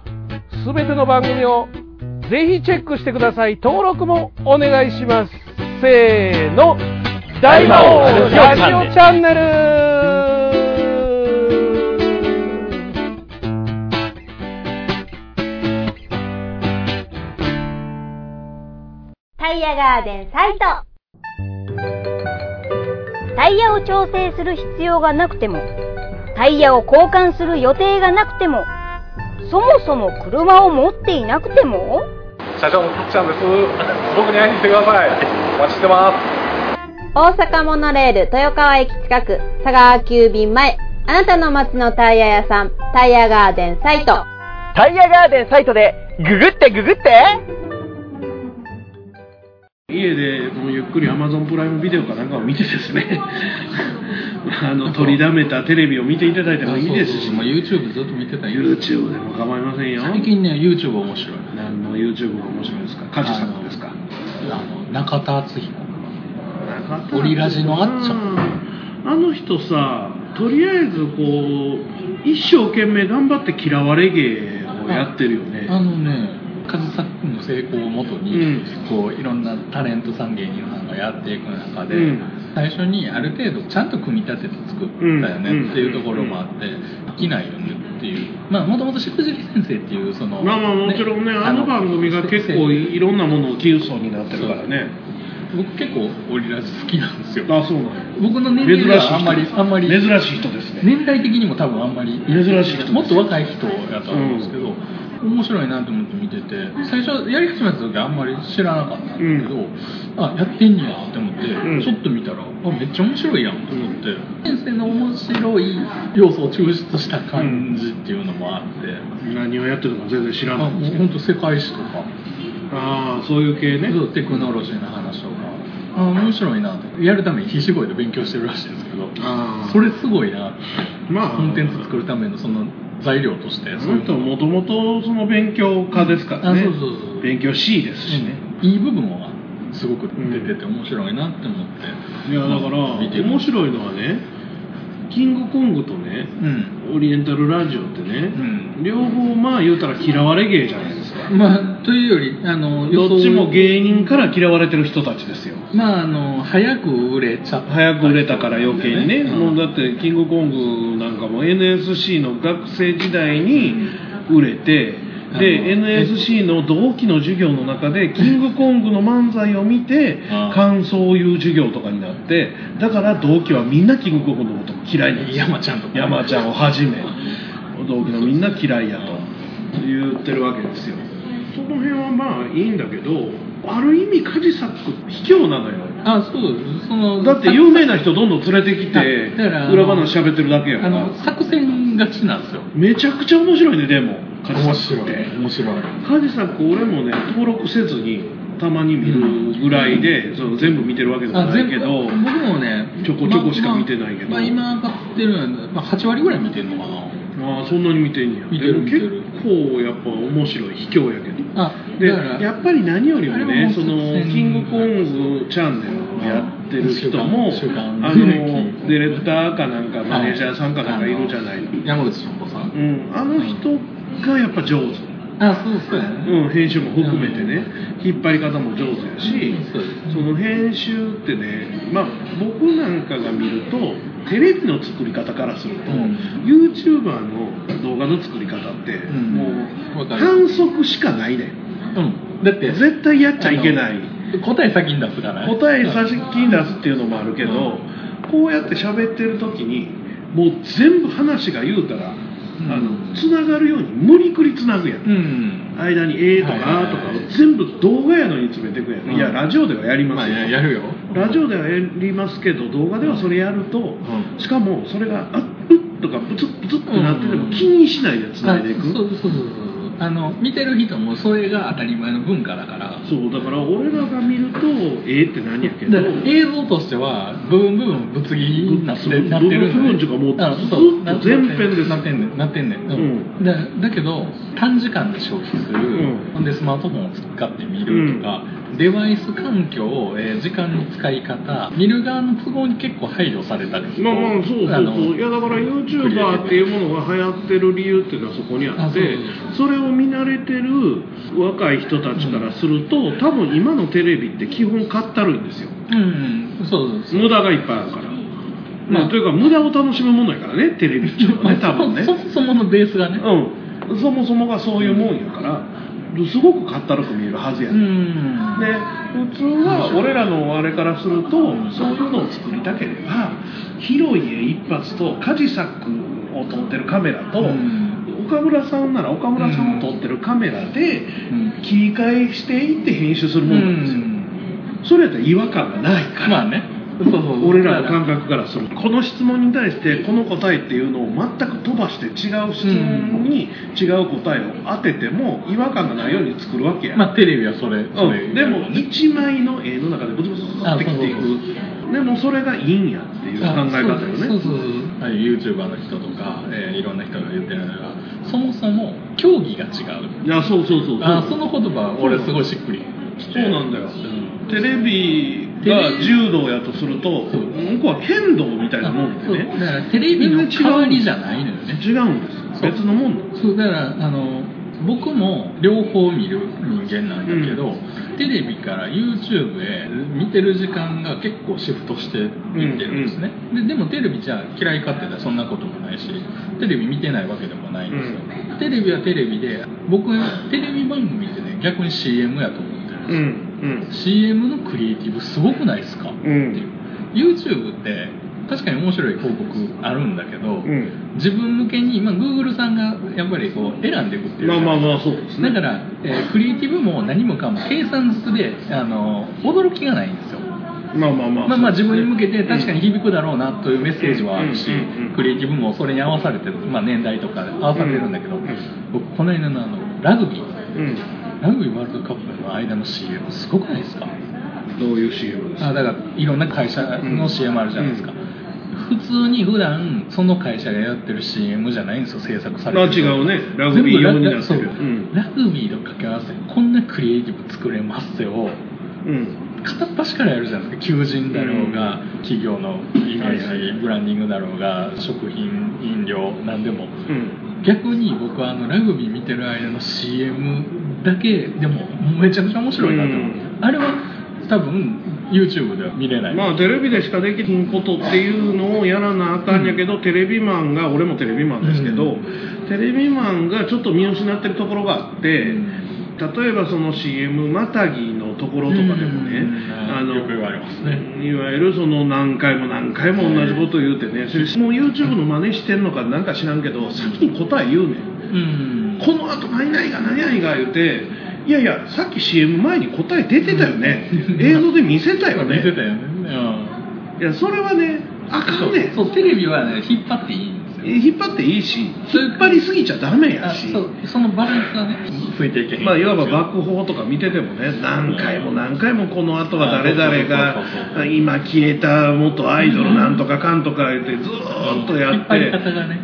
S3: すべての番組をぜひチェックしてください登録もお願いしますせーの大魔王ラジオチャンネル
S7: タイヤガーデンサイトタイヤを調整する必要がなくてもタイヤを交換する予定がなくてもそもそも車を持っていなくても社長もきっちゃんです僕に会いに来てくださいお待ちしてます大阪モノレール豊川駅近く佐川急便前あなたの街のタイヤ屋さんタイヤガーデンサイト
S5: タイヤガーデンサイトでググってググって
S1: 家でもうゆっくり Amazon プライムビデオかなんかを見てですね あの取りだめたテレビを見ていただいてもいいです
S2: そうそう
S1: し
S2: そうまあ、YouTube ずっと見てたら
S1: YouTube でも構いませんよ
S2: 最近ね YouTube 面白い
S1: 何の YouTube が面白いですか梶さんのですか
S2: あの中田敦彦
S1: オ
S2: オリラジのあっちゃん
S1: あの人さとりあえずこう一生懸命頑張って嫌われ芸をやってるよ
S2: あ
S1: ね
S2: のねカズさんの成功をもとに、
S1: うん
S2: こういろんなタレントさん芸人さんがやっていく中で、
S1: うん
S2: 最初にある程度ちゃんと組み立てて作った
S1: う
S2: よ
S1: ん
S2: ねっていうところもあって、飽きないよねっていうまあもともとしくじり先生っていうその
S1: まあまあもちろんねあの番組が結構いろんなものを寄付層になってるからね
S2: 僕結構オリラジ好きなんですよ
S1: あそうなんや
S2: 僕の年
S1: 珍しい
S2: 齢では
S1: 人
S2: あんまりあんまり
S1: 珍しい人ですね
S2: 年代的にも多分あんまり
S1: 珍しい人
S2: もっと若い人やとは思うんですけど、面白いなと思って見てて最初やり始めた時あんまり知らなかったんだけど、
S1: う
S2: あやってんねやって思って、
S1: ん
S2: ちょっと見たらあめっちゃ面白いやんと思って、先生の面白い要素を抽出した感じっていうのもあって、
S1: 何をやってるのか全然知ら
S2: あ
S1: ないんです
S2: もう
S1: け
S2: 本
S1: ど
S2: 当世界史とか、
S1: ああそういう系ね
S2: そうテクノロジーの話とかあ面白いなとやるために必死こいで勉強してるらしいんですけど
S1: ああ
S2: それすごいなって。
S1: まあ
S2: コンテンツ作るためのその材料として
S1: その人はもともとその勉強家ですからね
S2: あそうそうそう
S1: 勉強しいですしね、
S2: うんいい部分はすごく出てて面白いなって思って、
S1: いやだから
S2: 見てる
S1: 面白いのはねキングコングとね
S2: うん
S1: オリエンタルラジオってね
S2: う、ん
S1: 両方まあ言うたら嫌われ芸じゃないですか
S2: まあというよりあの予想
S1: どっちも芸人から嫌われてる人たちですよ
S2: まああの早く売れちゃった
S1: 早く売れたから余計にね、
S2: うん
S1: もうだってキングコングなんかも NSC の学生時代に売れて、
S2: うんあの
S1: で NSC の同期の授業の中でキングコングの漫才を見て
S2: ああ
S1: 感想を言う授業とかになってだから同期はみんなキングコングのこと嫌いなんですよ
S2: 山ちゃんとか
S1: 山ちゃんをはじめ同期のみんな嫌いやと言ってるわけですよその辺はまあいいんだけどある意味カジサック卑怯なのよ
S2: あそうその
S1: だって有名な人どんどん連れてきて
S2: あだから
S1: 裏話喋ってるだけやか
S2: あ
S1: ら
S2: の作戦勝ちなんですよ
S1: めちゃくちゃ面白いねでもカジサックっ
S8: い
S1: て
S8: 面白い
S1: カジサック俺もね登録せずにたまに見るぐらいで、その全部見てるわけじゃ
S2: あ
S1: ない
S2: 全
S1: け
S2: 部
S1: ど
S2: 僕もね
S1: ちょこちょこしか見てないけど
S2: まあ、まあ今買ってるのは、まあ、8割ぐらい見てるのかな
S1: ああそんなに見てんねや
S2: 見てる
S1: でも結構
S2: 見
S1: やっぱ面白い卑怯やけど
S2: あ
S1: で
S2: だから
S1: やっぱり何よりも
S2: あれは
S1: ね
S2: もう
S1: その
S2: 作戦
S1: キングコングチャンネルをやってる人も
S8: 週刊
S1: あの
S2: 週
S1: デ
S2: 刊
S1: ィレクターかなんかマネージャーさんかなんかいるじゃないの、
S2: 山口俊子さん
S1: うん、あの人がやっぱ上手、
S2: あそうそうやね
S1: うん、編集も含めてね引っ張り方も上手やし
S2: そうです
S1: その編集ってね、まあ、僕なんかが見るとテレビの作り方からすると、
S2: うん
S1: YouTuber の動画の作り方って、
S2: ん
S1: も
S2: わ
S1: う
S2: かる
S1: 反則しかないね
S2: うんだって
S1: 絶対やっちゃいけない
S2: 答え先に出すからね
S1: 答え先に出すっていうのもあるけど、こうやって喋ってる時にもう全部話が言うたら、
S2: ん
S1: あのつながるように無理くりつなぐやん、
S2: うん
S1: 間に「え」とか
S2: はい
S1: 「あ」とかを全部動画やのに詰めていくやん、
S2: うん
S1: いやラジオではやり
S2: ま
S1: ま
S2: あ
S1: すよ、
S2: ややるよ
S1: ラジオではやりますけど動画ではそれやると、
S2: ん
S1: しかもそれが「あっうっ」とか「ブツッブツッ」ってなってて
S2: う
S1: も
S2: ん
S1: 気にしないでつないでい
S2: あ
S1: く、
S2: そうそうそうそうあの見てる人もそれが当たり前の文化だから
S1: そうだから俺らが見ると「え」って何やけど
S2: だから映像としては部分部分ぶつ切りになって
S1: そう
S2: なってる
S1: 部分部分って
S2: と
S1: いうかもうずっと前編です
S2: なってんねんなってんねん、うんだだけど短時間で消費する、
S1: うん
S2: ほんでスマートフォンを使って見るとか、デバイス環境、えー時間の使い方見る側の都合に結構配慮されたりする
S1: まあまあそうそう
S2: あの
S1: そういやだから YouTuber っていうものが流行ってる理由っていうのはそこにあ
S2: あ
S1: っ
S2: そう
S1: てそれを見慣れてる若い人たちからすると多分今のテレビって基本かったるいんですよ
S2: うんうんそうそうそう
S1: 無駄がいっぱいあるから、
S2: まあ
S1: まあ、というか無駄を楽しむものやからねテレビっていうの はね多分ね
S2: そもそものベースがね、
S1: うんそもそもがそういうもんやからすごくかったるく見えるはずやね
S2: うん
S1: で普通は俺らのあれからするとそういうのを作りたければ広い絵一発とカジサックを撮ってるカメラと、
S2: うん
S1: 岡村さんなら岡村さんを撮ってるカメラで
S2: うん
S1: 切り替えしていって編集するものなんですよ、それやったら違和感がないから、
S2: まあねそうそうそう
S1: 俺らの感覚からするとこの質問に対してこの答えっていうのを全く飛ばして違う質問に違う答えを当てても違和感がないように作るわけや、
S2: まあテレビはそれ、それ
S1: うん、でも一枚の絵の中でブツブツブツってきてい
S2: あそう
S1: くでもそれがいいんやっていう考え方よ
S2: そう
S1: ね
S2: そうそうそう、はい、YouTuber の人とか、えーいろんな人が言ってるのがそもそも競技が違う
S1: いやそうそうそうそう
S2: あその言葉は俺すごいしっくり
S1: そうなんだよテレビが柔道やとすると
S2: そう
S1: 向こうは剣道みたいなもんで
S2: そう
S1: ね
S2: だからテレビの代わりじゃないのよね
S1: 違うんです
S2: そう
S1: 別のもんなんです
S2: そうだからあの僕も両方見る人間なんだけど、
S1: う
S2: テレビから YouTube へ見てる時間が結構シフトしていってるんですね、ででもテレビじゃ嫌いかって言ったらそんなこともないしテレビ見てないわけでもないんですよ、テレビはテレビで僕テレビ番組ってね逆に CM やと思ってるんです
S1: う
S2: よ、
S1: ん
S2: CM のクリエイティブすごくないですか、
S1: うん
S2: YouTube って確かに面白い広告あるんだけど、
S1: うん
S2: 自分向けに、まあ、Google さんがやっぱりこう選んでいくっていう
S1: まあまあまあそうですね
S2: だから、えークリエイティブも何もかも計算ずつで、あの驚きがないんですよ
S1: まあまあまあ
S2: まあまあ自分に向けて
S1: うん
S2: 確かに響くだろうなというメッセージはあるし
S1: うんうんうんうん
S2: クリエイティブもそれに合わされてる、まあ、年代とかで合わされてるんだけど、
S1: うん
S2: 僕この間のあのラグビー
S1: うん
S2: ラグビーワールドカップの間の CM すごくないですか
S1: どういう CM です
S2: あだからいろんな会社の CM あるじゃないですか、
S1: う
S2: 普通に普段その会社がやってる CM じゃないんですよ制作さ
S1: まあ
S2: れて
S1: 違
S2: る
S1: うねラグビー用になって
S2: 全部
S1: る
S2: ラ
S1: うん
S2: ラグビーと掛け合わせこんなクリエイティブ作れますよ
S1: うん
S2: 片っ端からやるじゃないですか求人だろうが、企業のイメージブランディングだろうが食品飲料何でも
S1: うん
S2: 逆に僕はあのラグビー見てる間の CM だけでもめちゃくちゃ面白いなと思って、
S1: う
S2: あれは多分 YouTube では見れない、
S1: まあテレビでしかできひんことっていうのをやらなあかんやけど、テレビマンが俺もテレビマンですけど、
S2: うん
S1: テレビマンがちょっと見失ってるところがあって、
S2: うん
S1: 例えばその CM またぎのところとかでもね、
S2: うん
S1: あの
S2: よく言われますね
S1: いわゆるその何回も何回も同じこと言うてね、それもう YouTube の真似してんのかなんか知らんけど先に答え言うねん
S2: うん
S1: このあと何々が何々が言うていやいやさっき CM 前に答え出てたよね、
S2: うん
S1: 映像で見せたよね
S2: 見てたよね、うん
S1: いやそれはねあかんねん
S2: そうそうテレビはね引っ張っていいんですよ
S1: 引っ張っていいし
S2: そういう
S1: 引っ張りすぎちゃダメや
S2: あ
S1: し
S2: そうそのバランスがねついていけへん
S1: まあいわば爆砲とか見ててもね何回も何回もこの後は誰々
S2: あそうそうそうそう
S1: が今消えた元アイドルなんとかかんとか言ってずーっとや
S2: 引
S1: っ
S2: 張り
S1: て
S2: 方がね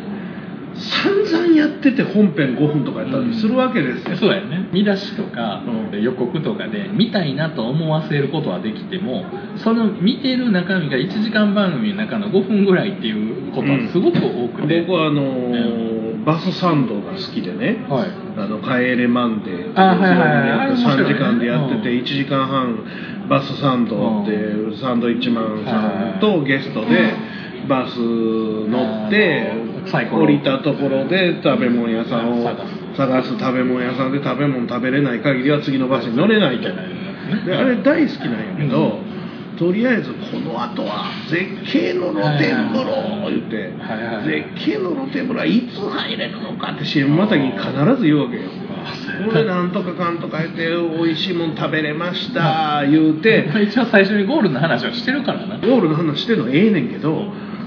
S1: 散々やってて本編5分とかやったりするわけですよ、
S2: そうやね見出しとか
S1: うん
S2: 予告とかで見たいなと思わせることはできてもその見てる中身が1時間番組の中の5分ぐらいっていうことはすごく多くて、
S1: 僕はあのーバスサンドが好きでね
S2: はい
S1: あの帰れマンデー
S2: あはいはいはい
S1: って
S2: あれ面白い
S1: 3
S2: ね
S1: 時間でやってて
S2: うん
S1: 1時間半バスサンドっていうサンドイッチマンさんとゲストでバス乗って
S2: あのサイコロ
S1: 降りたところで食べ物屋さんを
S2: 探
S1: 探す食べ物屋さんで食べ物食べれない限りは次のバスに乗れないとであれ大好きなんやけどとりあえずこの後は絶景の露天風呂言って
S2: はいはい
S1: 絶景の露天風呂はいつ入れるのかって CM またぎに必ず言うわけよこれなんとかかんとか言って美味しいもん食べれました言うて
S2: まあ 一応最初にゴールの話をしてるからな
S1: ゴールの話してんのええねんけど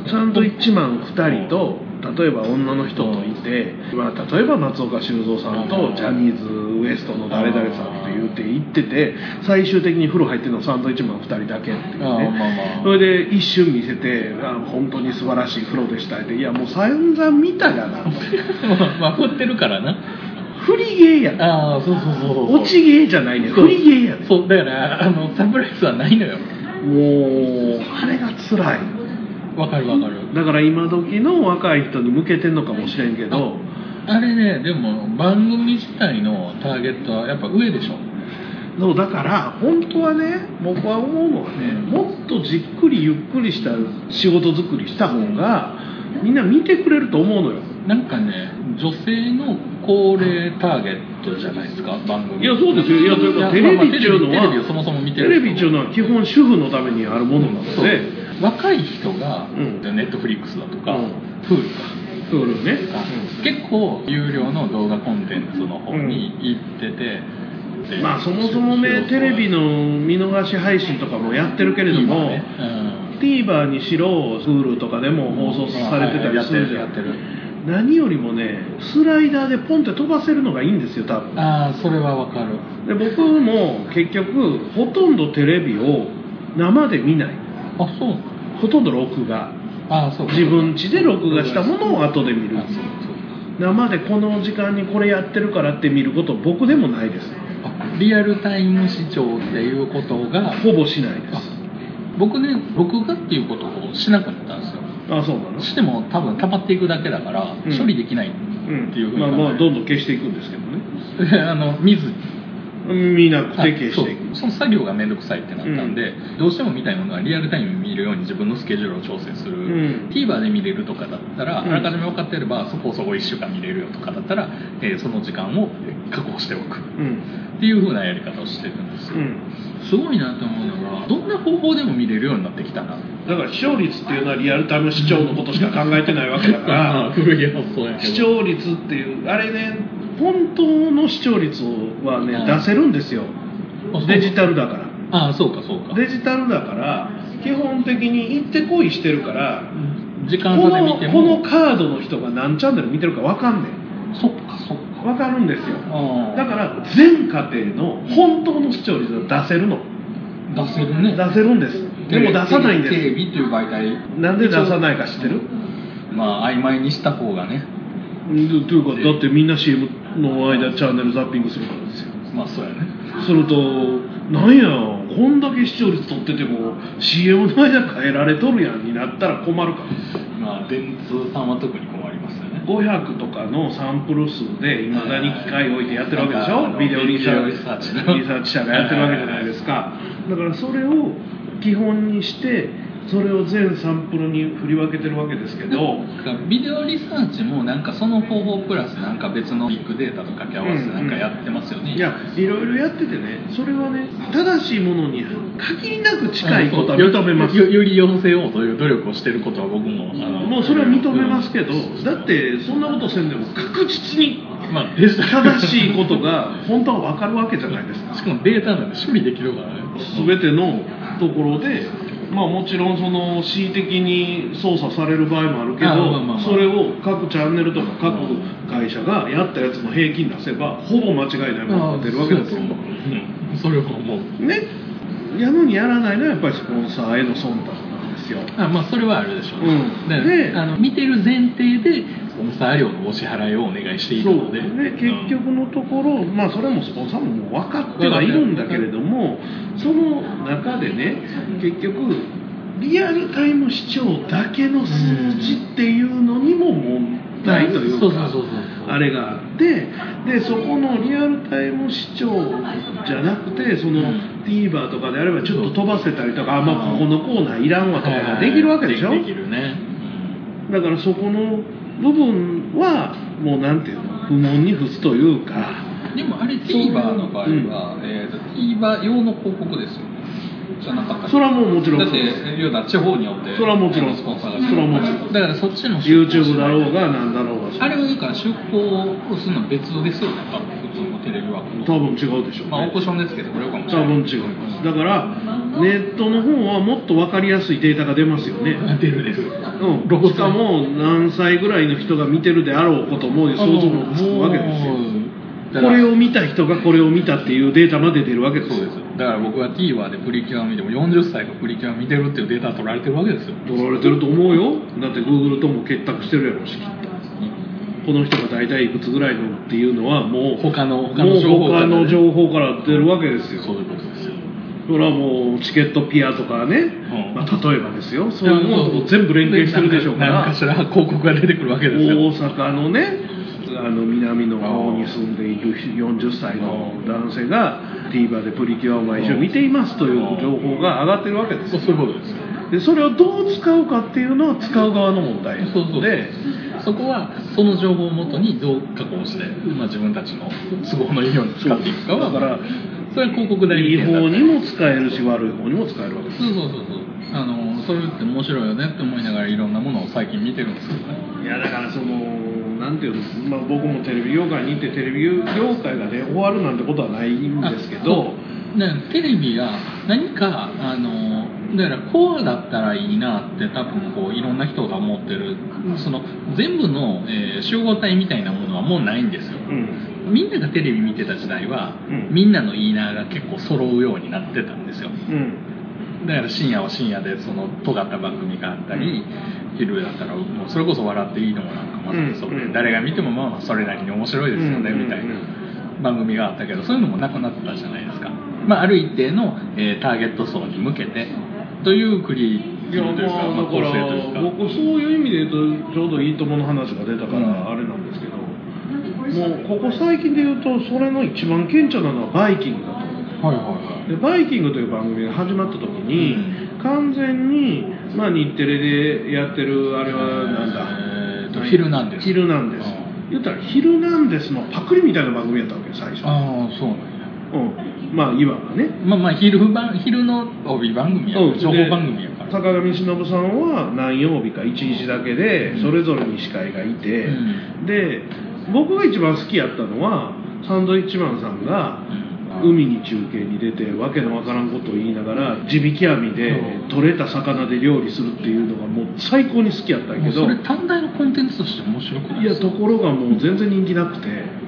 S1: サンドイッチマン2人と例えば女の人といて、まあ、例えば松岡修造さんとジャニーズ WEST の誰々さんって言って行ってて最終的に風呂入ってるのサンドイッチマン2人だけっていう
S2: あーまあ
S1: ね
S2: まあ
S1: それで一瞬見せて「あ本当に素晴らしい風呂でした」って「いやもう散々見たやな」
S2: まあ振ってるからな
S1: 振りゲーやな
S2: ああそうそうそうそう
S1: 落ちゲーじゃないねん振りゲーやねん
S2: そうだからあのサプライズはないのよ
S1: もうあれが辛い
S2: わかるわかる
S1: だから今時の若い人に向けてんのかもしれんけど
S2: あれねでも番組自体のターゲットはやっぱ上でしょ
S1: そうだから本当はね僕は思うのはねもっとじっくりゆっくりした仕事作りした方がみんな見てくれると思うのよ
S2: なんかね女性の高齢ターゲットじゃないですか番組
S1: いやそうですよいやというかテ
S2: いや
S1: レ
S2: まあまあ
S1: ビっていうの
S2: テレビテレビを
S1: は
S2: そもそも見て
S1: テ
S2: る
S1: レビっていうのは基本主婦のためにあるものなの
S2: そう
S1: で
S2: 若い人が、
S1: うん
S2: ネットフリックスだとか、
S1: うん
S2: Hulu か
S1: そうよね
S2: 結構有料の動画コンテンツの方に行ってて、で
S1: まあそもそもねテレビの見逃し配信とかもやってるけれど
S2: 今
S1: も、
S2: ねうん
S1: TVer にしろ Hulu とかでも放送されてたりするじゃ
S2: やってるやってる
S1: ん何よりもねスライダーでポンって飛ばせるのがいいんですよ多分
S2: ああそれはわかる
S1: で僕も結局ほとんどテレビを生で見ない
S2: あそう
S1: ほとんど録画
S2: ああそう
S1: 自分家で録画したものを後で見る
S2: あそうそう
S1: 生でこの時間にこれやってるからって見ること僕でもないです
S2: あリアルタイム視聴っていうことが
S1: ほぼしないです
S2: あ僕ね録画っていうことをしなくなったんですよ
S1: あそうなの
S2: しても多分溜まっていくだけだから、
S1: うん
S2: 処理できない、
S1: うん
S2: っていうふうに
S1: まあ
S2: 考え
S1: まあどんどん消していくんですけどね
S2: あの見ずに
S1: 見なく
S2: あ
S1: て消していく
S2: そうその作業が面倒くさいってなったんで、どうしても見たいものはリアルタイム見るように自分のスケジュールを調整する、
S1: うん
S2: TVer で見れるとかだったら、
S1: うん
S2: あらかじめ分かってればそこそこ1週間見れるよとかだったら、えーその時間を確保しておく
S1: うん
S2: っていう風なやり方をしてるんですよ、
S1: うん
S2: すごいなと思うのがどんな方法でも見れるようになってきたな
S1: だから視聴率っていうのはリアルタイム視聴のことしか考えてないわけだか ら
S2: 古い発想や
S1: 視聴率っていうあれね本当の視聴率はね、
S2: うん
S1: 出せるんですよデジタルだか
S2: あそうかそうから
S1: デジタルだから基本的に行ってこいしてるから
S2: 時
S1: こ
S2: 間差で
S1: の
S2: 見て
S1: こ
S2: も
S1: のカードの人が何チャンネル見てるか分かんねん
S2: そっかそっか
S1: 分かるんですよ
S2: あ
S1: だから全家庭の本当の視聴率が出せるの
S2: ら出せるね
S1: 出せるんですでも出さないん
S2: テレ
S1: で
S2: ビという媒体
S1: すなんで出さないか知ってる
S2: まあ曖昧にした方がね
S1: うんというかだってみんな CM の間チャンネルザッピングするからですよ
S2: まあそうやね
S1: するとなんやこんだけ視聴率取ってても CM の間変えられとるやんになったら困るから
S2: まあ電通さんは特に困りますよね
S1: 500とかのサンプル数でいまだに機械置いてやってるわけでし
S2: なん
S1: ょ
S2: か
S1: ビデオリサー
S2: ビデオリサーチ
S1: チ
S2: の
S1: リサーチ社がやってるわけじゃないですかだからそれを基本にしてそれを全サンプルに振り分けてるわけですけど
S2: ビデオリサーチもなんかその方法プラスなんか別のビッグデータと掛け合わせてなんかやってますよね、
S1: いやいろいろやっててねそれはね正しいものに限りなく近いことは認めます
S2: よより寄せようという努力をしてることは僕もあの
S1: もうそれは認めますけど
S2: うん
S1: だってそんなことせんでも確実に
S2: まあ、デジタル
S1: 正しいことが本当は分かるわけじゃないですか
S2: しかもデータなんで処理できるからね
S1: 全てのところで、まあ、もちろんその恣意的に操作される場合もあるけ
S2: あまあまあ
S1: ど
S2: まあ
S1: それを各チャンネルとか各会社がやったやつの平均出せばほぼ間違いないものが出るわけですよ。
S2: そううんそれはもう
S1: ねやのにやらないのはやっぱりスポンサーへの忖度なんですよ。
S2: あまあそれはあるでしょう、
S1: うん
S2: だから
S1: で
S2: あの見てる前提でスポンサー料のお支払いをお願いしているので
S1: そうね結
S2: うん
S1: 局のところ、まあ、それもスポンサーももう分かってはいるんだけれどもその中でね結局リアルタイム視聴だけの数字っていうのにも問題という
S2: そうそう
S1: か
S2: そうそう
S1: あれがあってでそこのリアルタイム視聴じゃなくてその
S2: うん
S1: TVer とかであればちょっと飛ばせたりとかあ、まあ、ここのコーナーいらんわとかができるわけでしょ
S2: はいはいできるね、
S1: だからそこの部分はもうなんていうの不問に付すというか
S2: うんでもあれ TVer の場合は、えーと TVer 用の広告ですよねじゃなかったっけ
S1: それはもうもちろん
S2: だって要は地方によって
S1: それはもちろん
S2: スポンサーが
S1: それはもちろん
S2: だからそっちの
S1: YouTube だろうが何だろうが
S2: あれはだから出向をするのは別ですよね多分普通のテレビ枠
S1: 多分違うでしょう
S2: まあオ
S1: ね
S2: ークションですけどこれはかもし
S1: 多
S2: れない
S1: 分違いますだからネットの方はもっと分かりやすいデータが出ますよね
S2: 出るです
S1: うん、しかも何歳ぐらいの人が見てるであろうことも想像もつくわけですよこれを見た人がこれを見たっていうデータまで出るわけです
S2: そう
S1: よ
S2: ですだから僕は TVer でプリキュアを見ても40歳がプリキュアを見てるっていうデータ取られてるわけですよ
S1: 取られてると思うよだって Google とも結託してるやろうしこの人が大体いくつぐらいのっていうのはもう
S2: 他の他
S1: も
S2: の
S1: う
S2: 情報
S1: 他の
S2: 報
S1: 情報から出るわけですよ
S2: そういうことですよ
S1: それはもうチケットピアとかね、
S2: ん
S1: まあ、例えばですよそういうものと全部連携してるでしょうか
S2: なん
S1: ら
S2: かしら広告が出てくるわけ
S1: 大
S2: ですよ
S1: 阪のねあの南の方に住んでいる40歳の男性が TVer でプリキュアを毎週見ていますという情報が上がってるわけです
S2: そうそういうことですよ
S1: でそれをどう使うかっていうのは使う側の問題なので
S2: そうそうでそこはその情報をもとにどう加工して、まあ、自分たちの都合のいいように使っていくかは
S1: だから
S2: それは広告代
S1: い
S2: 理
S1: い
S2: 店だ
S1: 方
S2: った
S1: に
S2: り
S1: も使えるし悪い方にも使えるわけです
S2: そうそうそうそうあのそういうって面白いよねって思いながらいろんなものを最近見てるんですけどね
S1: いやだからそのなんていうの、まあ、僕もテレビ業界にいてテレビ業界がね終わるなんてことはないんですけど
S2: あねテレビが何かあのだからこうだったらいいなって多分こういろんな人が思ってるその全部の、えー集合体みたいなものはもうないんですよ
S1: うん
S2: みんながテレビ見てた時代は、
S1: うん
S2: みんなのいいなが結構揃うようになってたんですよ
S1: うん
S2: だから深夜は深夜でその尖った番組があったり、昼だったらもうそれこそ「笑っていいのも」なんかまさにそうで、
S1: うんうん
S2: 誰が見てもまあまあそれなりに面白いですよね、
S1: うんうんうん
S2: みたいな番組があったけどそういうのもなくなったじゃないですか、まあ、ある一定の、えーターゲット層に向けてというクリエイ
S1: い
S2: テ
S1: や
S2: ィ
S1: ま
S2: ブというか、ま
S1: あ
S2: あ、
S1: だか
S2: 構成と
S1: ら
S2: いうか
S1: 僕そういう意味で言うとちょうど「いいとも」の話が出たか
S2: うん
S1: らあれなんですけど、もうここ最近で言うとそれの一番顕著なのは「バイキング」だと思う
S2: はいはい
S1: で「バイキング」という番組が始まった時に、完全に、まあ、日テレでやってるあれはなんだ
S2: えーと
S1: 何
S2: ヒルナンデス
S1: ヒルナンデス
S2: うん
S1: 言ったら「ヒルナンデス」のパクリみたいな番組やったわけよ最初、
S2: ああそうなんや
S1: うん、まあいわばね
S2: まあまあ昼番昼の帯番組やから
S1: うん
S2: 情報番組やから
S1: 坂上忍さんは何曜日か1日だけで
S2: うん
S1: それぞれに司会がいて、
S2: うん
S1: で僕が一番好きやったのはサンドイッチマンさんが
S2: うん
S1: 海に中継に出てわけのわからんことを言いながら地引き網で
S2: うん
S1: 取れた魚で料理するっていうのがもう最高に好きやったんや
S2: もう
S1: けど
S2: それ短大のコンテンツとして面白くない
S1: いやところがもう全然人気なくて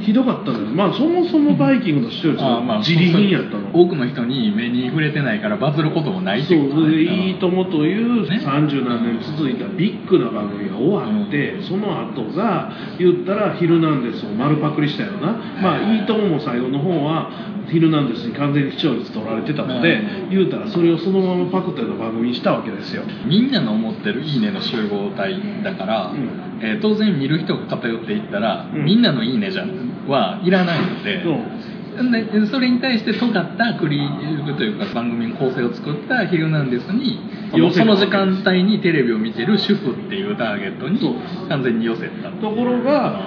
S1: ひどかったのよまあそもそもバイキングの視聴率
S2: ああま
S1: が
S2: あ
S1: 自利品やったの
S2: 多くの人に目に触れてないからバズることもないって
S1: そ
S2: いうこと
S1: う
S2: ね
S1: でいいともという
S2: ね
S1: 30何年続いたビッグな番組が終わって、その後が言ったら「ヒルナンデス」を丸パクリしたような「まあ、いいとも」も最後の方は「ヒルナンデス」に完全に視聴率取られてたので、
S2: うん
S1: 言うたらそれをそのままパクったような番組にしたわけですよ、
S2: みんなの思ってる「いいね」の集合体だから、
S1: うん
S2: えー当然見る人が偏っていったら、
S1: うん
S2: みんなの「いいねじゃ」はいらないので。
S1: うん
S2: でそれに対して尖ったクリエイティブというか番組の構成を作った「ヒルナンデスに」
S1: 寄せ
S2: そ
S1: た
S2: の
S1: わけ
S2: 時
S1: です
S2: 間帯にテレビを見てる主婦っていうターゲットに
S1: そう
S2: 完全に寄せた
S1: ところが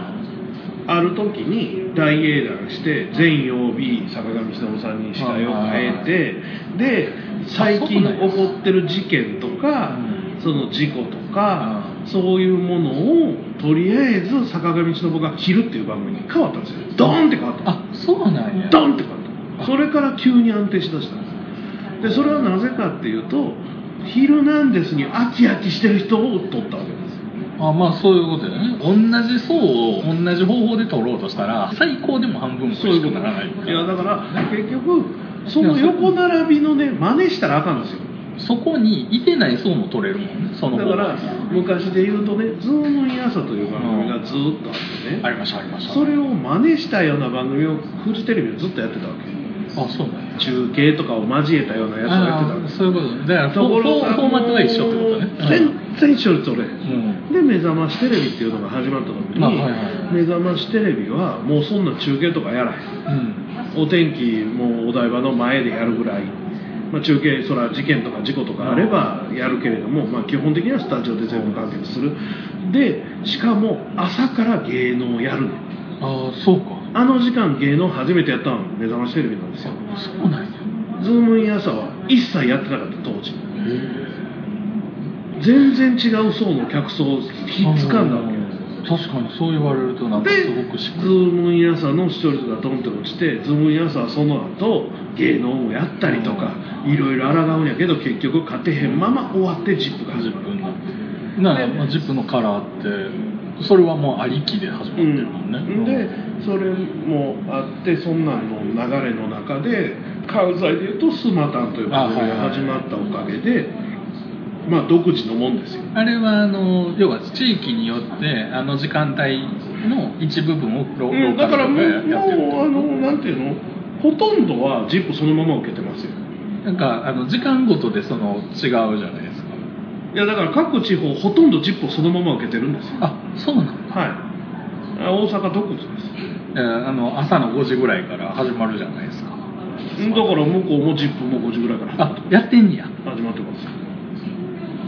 S1: ある時に大英断して全曜日坂上忍さんにしたよを変えてで最近
S2: あそうなんや
S1: 起こってる事件とか
S2: うん
S1: その事故とかそういうものをとりあえず坂上忍が「昼」っていう番組に変わったんですよドーンって変わった
S2: あそうなんや
S1: ドンって変わったそれから急に安定しだしたんですでそれはなぜかっていうと「ヒルナンデス」に飽き飽きしてる人を取ったわけです
S2: あまあそういうことだよね同じ層を同じ方法で取ろうとしたら最高でも半分くらいしかならない
S1: いやだから結局その横並びのね真似したらあかんんですよ
S2: そこにいてない層も取れるもんねその
S1: だ
S2: 方
S1: から昔で言うとね「ズームイン朝」という番組がずーっとあって
S2: あ
S1: ね
S2: りましたありました
S1: それを真似したような番組をフジテレビでずっとやってたわけ
S2: あそうなんや
S1: 中継とかを交えたようなやつをやってた
S2: あ
S1: ん
S2: ー
S1: です
S2: そういうことねだからフォフォフォーマットが一緒ってことね
S1: 全然一緒です俺
S2: うん
S1: で「目覚ましテレビ」っていうのが始まった時に「
S2: あはいはい
S1: 目覚ましテレビ」はもうそんな中継とかやらへん
S2: うん
S1: お天気もお台場の前でやるぐらい、まあ、中継そら事件とか事故とかあればやるけれども、まあ、基本的にはスタジオで全部完結するでしかも朝から芸能をやる
S2: ああそうか
S1: あの時間芸能初めてやったの目覚ましテレビなんですよ
S2: あそうなんや
S1: ズームイン朝は一切やってなかった当時
S2: へ
S1: 全然違う層の客層をひっつかんだわけ
S2: 確かにそう言われるとなんか
S1: です
S2: ごくしっ
S1: ズームイン朝の視聴率がドンって落ちてズームイン朝はその後芸能もやったりとかいろいろ抗うんやけど結局勝てへんまま終わってジップが始
S2: 10
S1: まる
S2: 分ななら、まあ、10分のカラーってそれはもうありきで始まってるもんね、
S1: うん、でそれもあってそんなんの流れの中で関西でいうと「スマタン」という番組が始まったおかげでまあ独自のもんですよ
S2: あれはあの要は地域によってあの時間帯の一部分をロ,、
S1: うん、
S2: ロ
S1: だ
S2: ーカ
S1: から
S2: ル
S1: も
S2: で
S1: う
S2: やってるって
S1: もうあのなんていうのほとんどはジップそのまま受けてますよ
S2: なんかあの時間ごとでその違うじゃないですか
S1: いやだから各地方ほとんどジップをそのまま受けてるんですよ
S2: あそうなの、
S1: はい。あ大阪独自です。
S2: えーあの朝の5時ぐらいから始まるじゃないですか
S1: だから向こうも10分も5時ぐらいから
S2: あやってんねや
S1: 始まってます。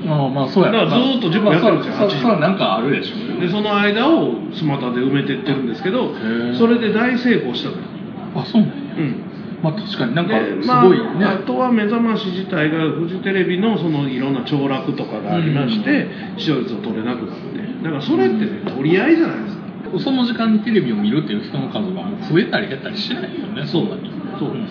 S2: まあまあそうや
S1: だからずーっと10分やってるんですよ
S2: まあそう
S1: 8時
S2: そうそうなんかあるでしょ
S1: でその間をスマタで埋めてってるんですけど
S2: ー、
S1: それで大成功したのよ。
S2: あそうなんや
S1: うん。
S2: まあ確かになんか
S1: ですまあ
S2: ごいね、
S1: あとは目覚まし自体がフジテレビのそのいろんな凋落とかがありまして、視聴率を取れなくなって。だからそれってね取り合いじゃないですか。
S2: その時間にテレビを見るっていう人の数がもう増えたり減ったりしないよねそんなに
S1: そうで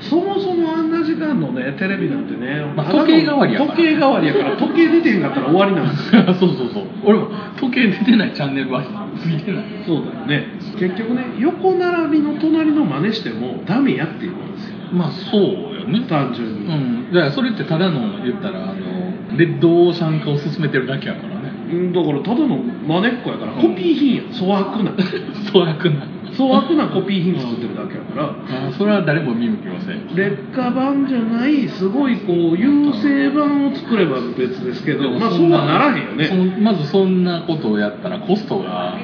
S1: す。そもそもあんな時間のねテレビなんてね、
S2: まあ
S1: ただの
S2: 時計代わりやから
S1: 時計代わりやから時計出てへんかったら終わりなんですよ
S2: そうそうそう俺も時計出てないチャンネルはついてない
S1: そうだよね結局ね横並びの隣の真似してもダメやっていうことですよ
S2: まあそうよね
S1: 単純
S2: う
S1: に、
S2: んだからそれってただの言ったらあのレッドオーシャン化を進めてるだけやからね
S1: うん、だからただの真似っこやからコピー品や粗悪な
S2: 粗悪な
S1: 粗悪なコピー品作ってるだけやから
S2: あそれは誰も見向きません
S1: 劣化版じゃないすごいこう優勢版を作れば別ですけどまあそうはならへんよ
S2: そ
S1: ね
S2: んまずそんなことをやったらコストが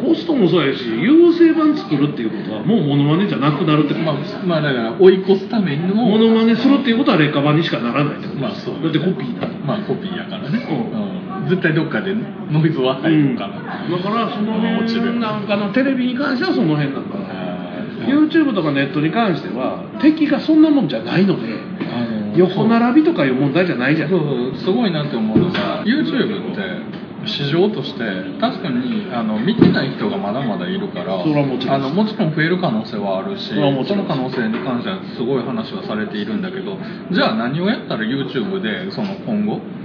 S1: コストもそうやし優勢版作るっていうことはもうモノマネじゃなくなるってこと
S2: まあ、まあだから追い越すための
S1: モノマネするっていうことは劣化版にしかならないってこと
S2: まあそう
S1: だってコピーだもん
S2: まあコピーやからね、
S1: う
S2: うん絶対どっかでノイズは入るから、
S1: うん、だからその辺なんかのテレビに関してはその辺なんかな
S2: あー
S1: YouTube とかネットに関しては敵がそんなもんじゃないので
S2: あの
S1: 横並びとかいう問題じゃないじゃん
S2: そうそうすごいなって思うのが YouTube って市場として確かにあの見てない人がまだまだいるから
S1: それはもちろん
S2: あのもちろん増える可能性はあるし
S1: それはもち
S2: そ
S1: ろ
S2: の
S1: ん
S2: 可能性に関してはすごい話はされているんだけどじゃあ何をやったら YouTube でその今後、
S1: うん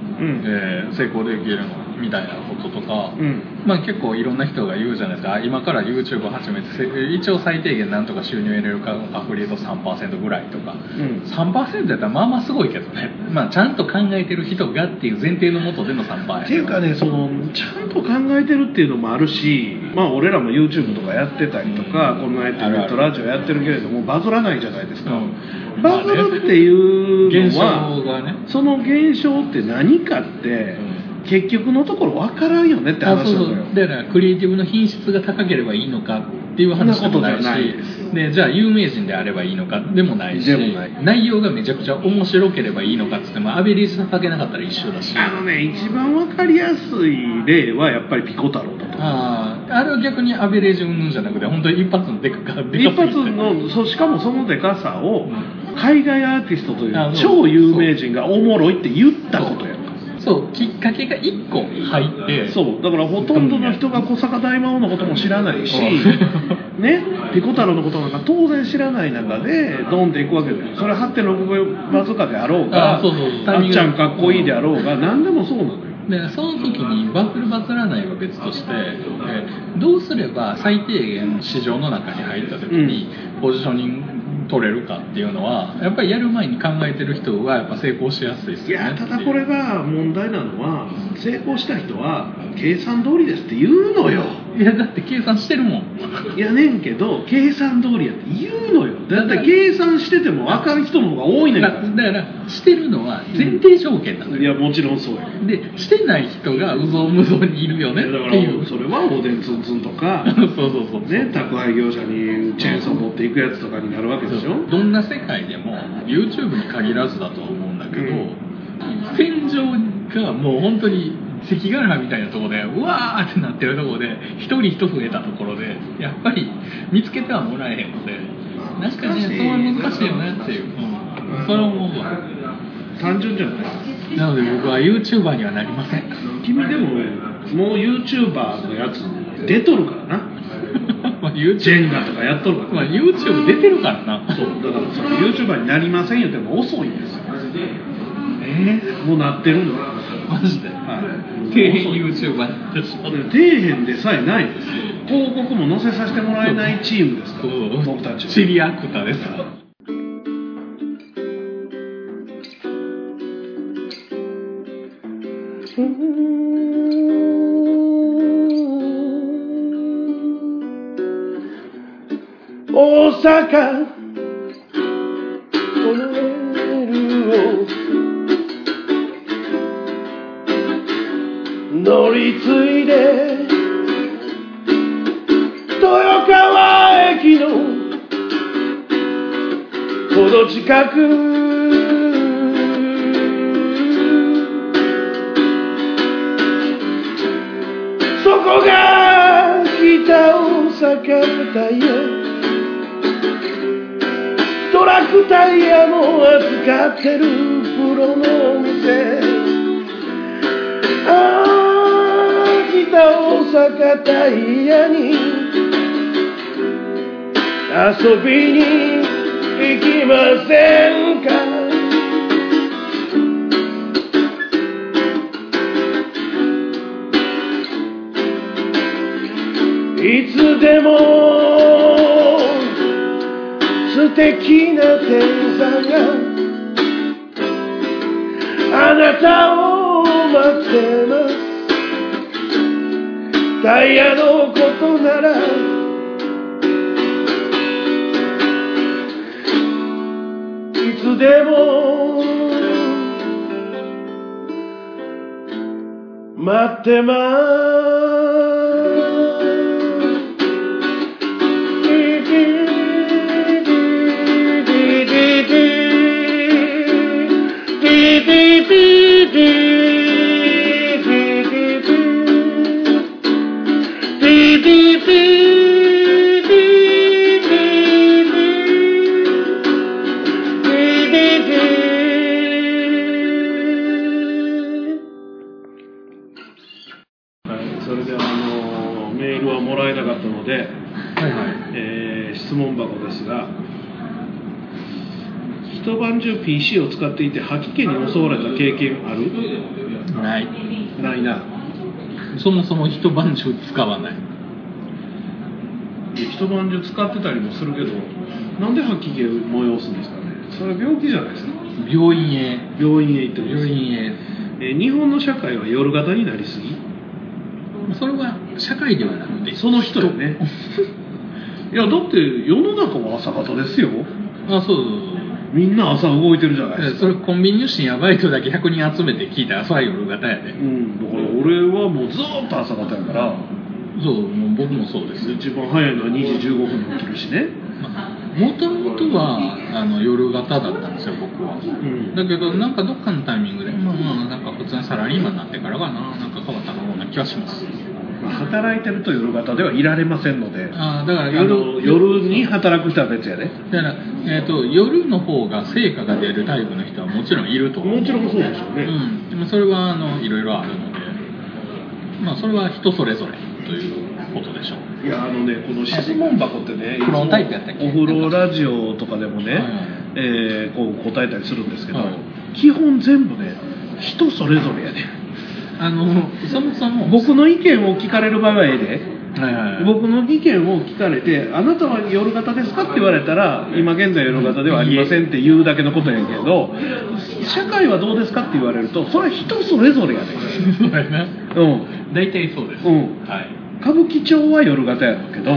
S2: えー成功できるのみたいなこととか、
S1: うん
S2: まあ、結構いろんな人が言うじゃないですかあ今から YouTube を始めてせ一応最低限なんとか収入得れるかアフリエイト3%ぐらいとか
S1: うん
S2: 3%やったらまあまあすごいけどね、まあ、ちゃんと考えてる人がっていう前提のもとでの3%や
S1: っていうかねそのちゃんと考えてるっていうのもあるし、まあ、俺らも YouTube とかやってたりとか、
S2: うん
S1: こんなやってネットラジオやってるけれどもバズらないじゃないですか、
S2: うん
S1: バズるっていう
S2: 現
S1: の
S2: 象
S1: は、
S2: がね
S1: その現象って何かって、結局のところ分からんよねって
S2: あそ
S1: 話な
S2: うそ
S1: のよ
S2: うだからクリエイティブの品質が高ければいいのかっていう話でもないし
S1: そんなことじゃない
S2: でじゃあ有名人であればいいのかでもないし
S1: でもない
S2: 内容がめちゃくちゃ面白ければいいのかっつってもアベレージ高けなかったら一緒だし
S1: あのね一番分かりやすい例はやっぱりピコ太郎だと思う
S2: あああれは逆にアベレージ云々じゃなくて本当に一発のでかかでかすぎて
S1: 一発のそうしかもそのでかさを
S2: うん
S1: 海外アーティストとい
S2: あ
S1: う
S2: そう
S1: 超有名人がおもろいって言ったことやんか
S2: そうきっかけが1個入って
S1: そうだからほとんどの人が小坂大魔王のことも知らないし、
S2: う
S1: ね、ピコ太郎のことなんか当然知らない中でドンっていくわけでそれ8.6倍バズかであろうが
S2: あそうそうそう
S1: あっちゃんかっこいいであろうが何でもそうなのよ
S2: でその時にバズるバズらないは別としてでどうすれば最低限市場の中に入った時にポジショニング取れるかっていうのはやっぱりやる前に考えてる人はやっぱ成功しやすいです
S1: い
S2: よね
S1: や
S2: って
S1: た
S2: う
S1: だこれが問題なのは成功した人は計算通りですって言うのよ
S2: いやだって計算してるもん
S1: いやねんけど計算通りやって言うのよだって計算してても分かる人の方が多いねん
S2: だ
S1: か
S2: だからしてるのは前提条件なの
S1: らい
S2: よ、
S1: やもちろんそうや
S2: でしてない人がうぞうむぞうにいるよ
S1: だ
S2: ね
S1: か
S2: っていう
S1: らそれはおでんつんつんとか
S2: そうそうそう
S1: ね宅配業者にチェーンソー持っていくやつとかになるわけでしょ
S2: どんな世界でも YouTube に限らずだとは思うんだけど、
S1: うん
S2: 天井がもう本当に関ヶ原みたいなところでうわーってなってるところで一人一増えたところでやっぱり見つけてはもらえへんのでなんかねそれは難しいよねっていう、うんそれは思うわ
S1: 単純じゃない
S2: なので僕は YouTuber にはなりません
S1: 君でももう YouTuber のやつ出とるからな
S2: まあ YouTube
S1: ジェンガとかやっとるから
S2: まあ YouTube 出てるからな
S1: そうだからその YouTuber になりませんよっても遅いんですよえー、もうなってるのは
S2: マジで
S1: い
S2: 底辺 YouTuber でし
S1: 底辺でさえないですよ広告も載せさせてもらえないチームですから僕たちは
S2: シリアクタです
S1: 大阪このレールを乗り継いで豊川駅のほど近くそこが北大阪タイヤトラックタイヤも扱ってるプロのお店ああ北大阪タイヤに遊びに行きませんかいつでも素敵な天才があなたを待ってますタイヤのことならいつでも待ってますそれではあのメールはもらえなかったので。
S2: はいはい
S1: えー質問箱ですが一晩中 PC を使っていて吐き気に襲われた経験ある
S2: ない
S1: ないな
S2: そもそも一晩中使わない
S1: 一晩中使ってたりもするけどなんで吐き気を催すんですかねそれは病気じゃないですか
S2: 病院へ
S1: 病院へ行ってます
S2: 病院へ
S1: えー日本の社会は夜型になりすぎ
S2: それは社会ではなくて
S1: その人よ ねいやだって世の中は朝方ですよ
S2: あそう
S1: みんな朝動いてるじゃない
S2: そう
S1: で
S2: そう
S1: す
S2: そ
S1: か
S2: れコンビニの深夜バイトだけ100人集めて聞いた朝夜型やで
S1: うんだから俺はもうずーっと朝方やから
S2: そうもう僕もそうです
S1: 一番早いのは2時15分に起きるしね
S2: もともとはあの夜型だったんですよ僕は
S1: うん
S2: だけどなんかどっかのタイミングでまあまあなんか普通にサラリーマンになってからかななんか変わったような気がします
S1: まあ働いてると夜型ではいられませんので
S2: ああだから
S1: 夜夜に働く人は別やね
S2: だから、えー、と夜の方が成果が出るタイプの人はもちろんいると思う
S1: もちろんそうですよね、
S2: うん、でもそれはあのいろいろあるのでまあそれは人それぞれということでしょう
S1: いやあのねこの質問箱ってね
S2: フロンタイプやったっけ
S1: お風呂ラジオとかでもね、
S2: はい
S1: えーこう答えたりするんですけど、
S2: はい
S1: 基本全部ね人それぞれやね
S2: あのそもそも
S1: 僕の意見を聞かれる場合はええで
S2: はいはいはい
S1: 僕の意見を聞かれて「あなたは夜型ですか?」って言われたら「今現在夜型ではありません」って言うだけのことやけど社会はどうですかって言われるとそれは人それぞれやね
S2: そうやな
S1: うん
S2: 大体そうです、
S1: うん
S2: はい
S1: 歌舞伎町は夜型やろうけど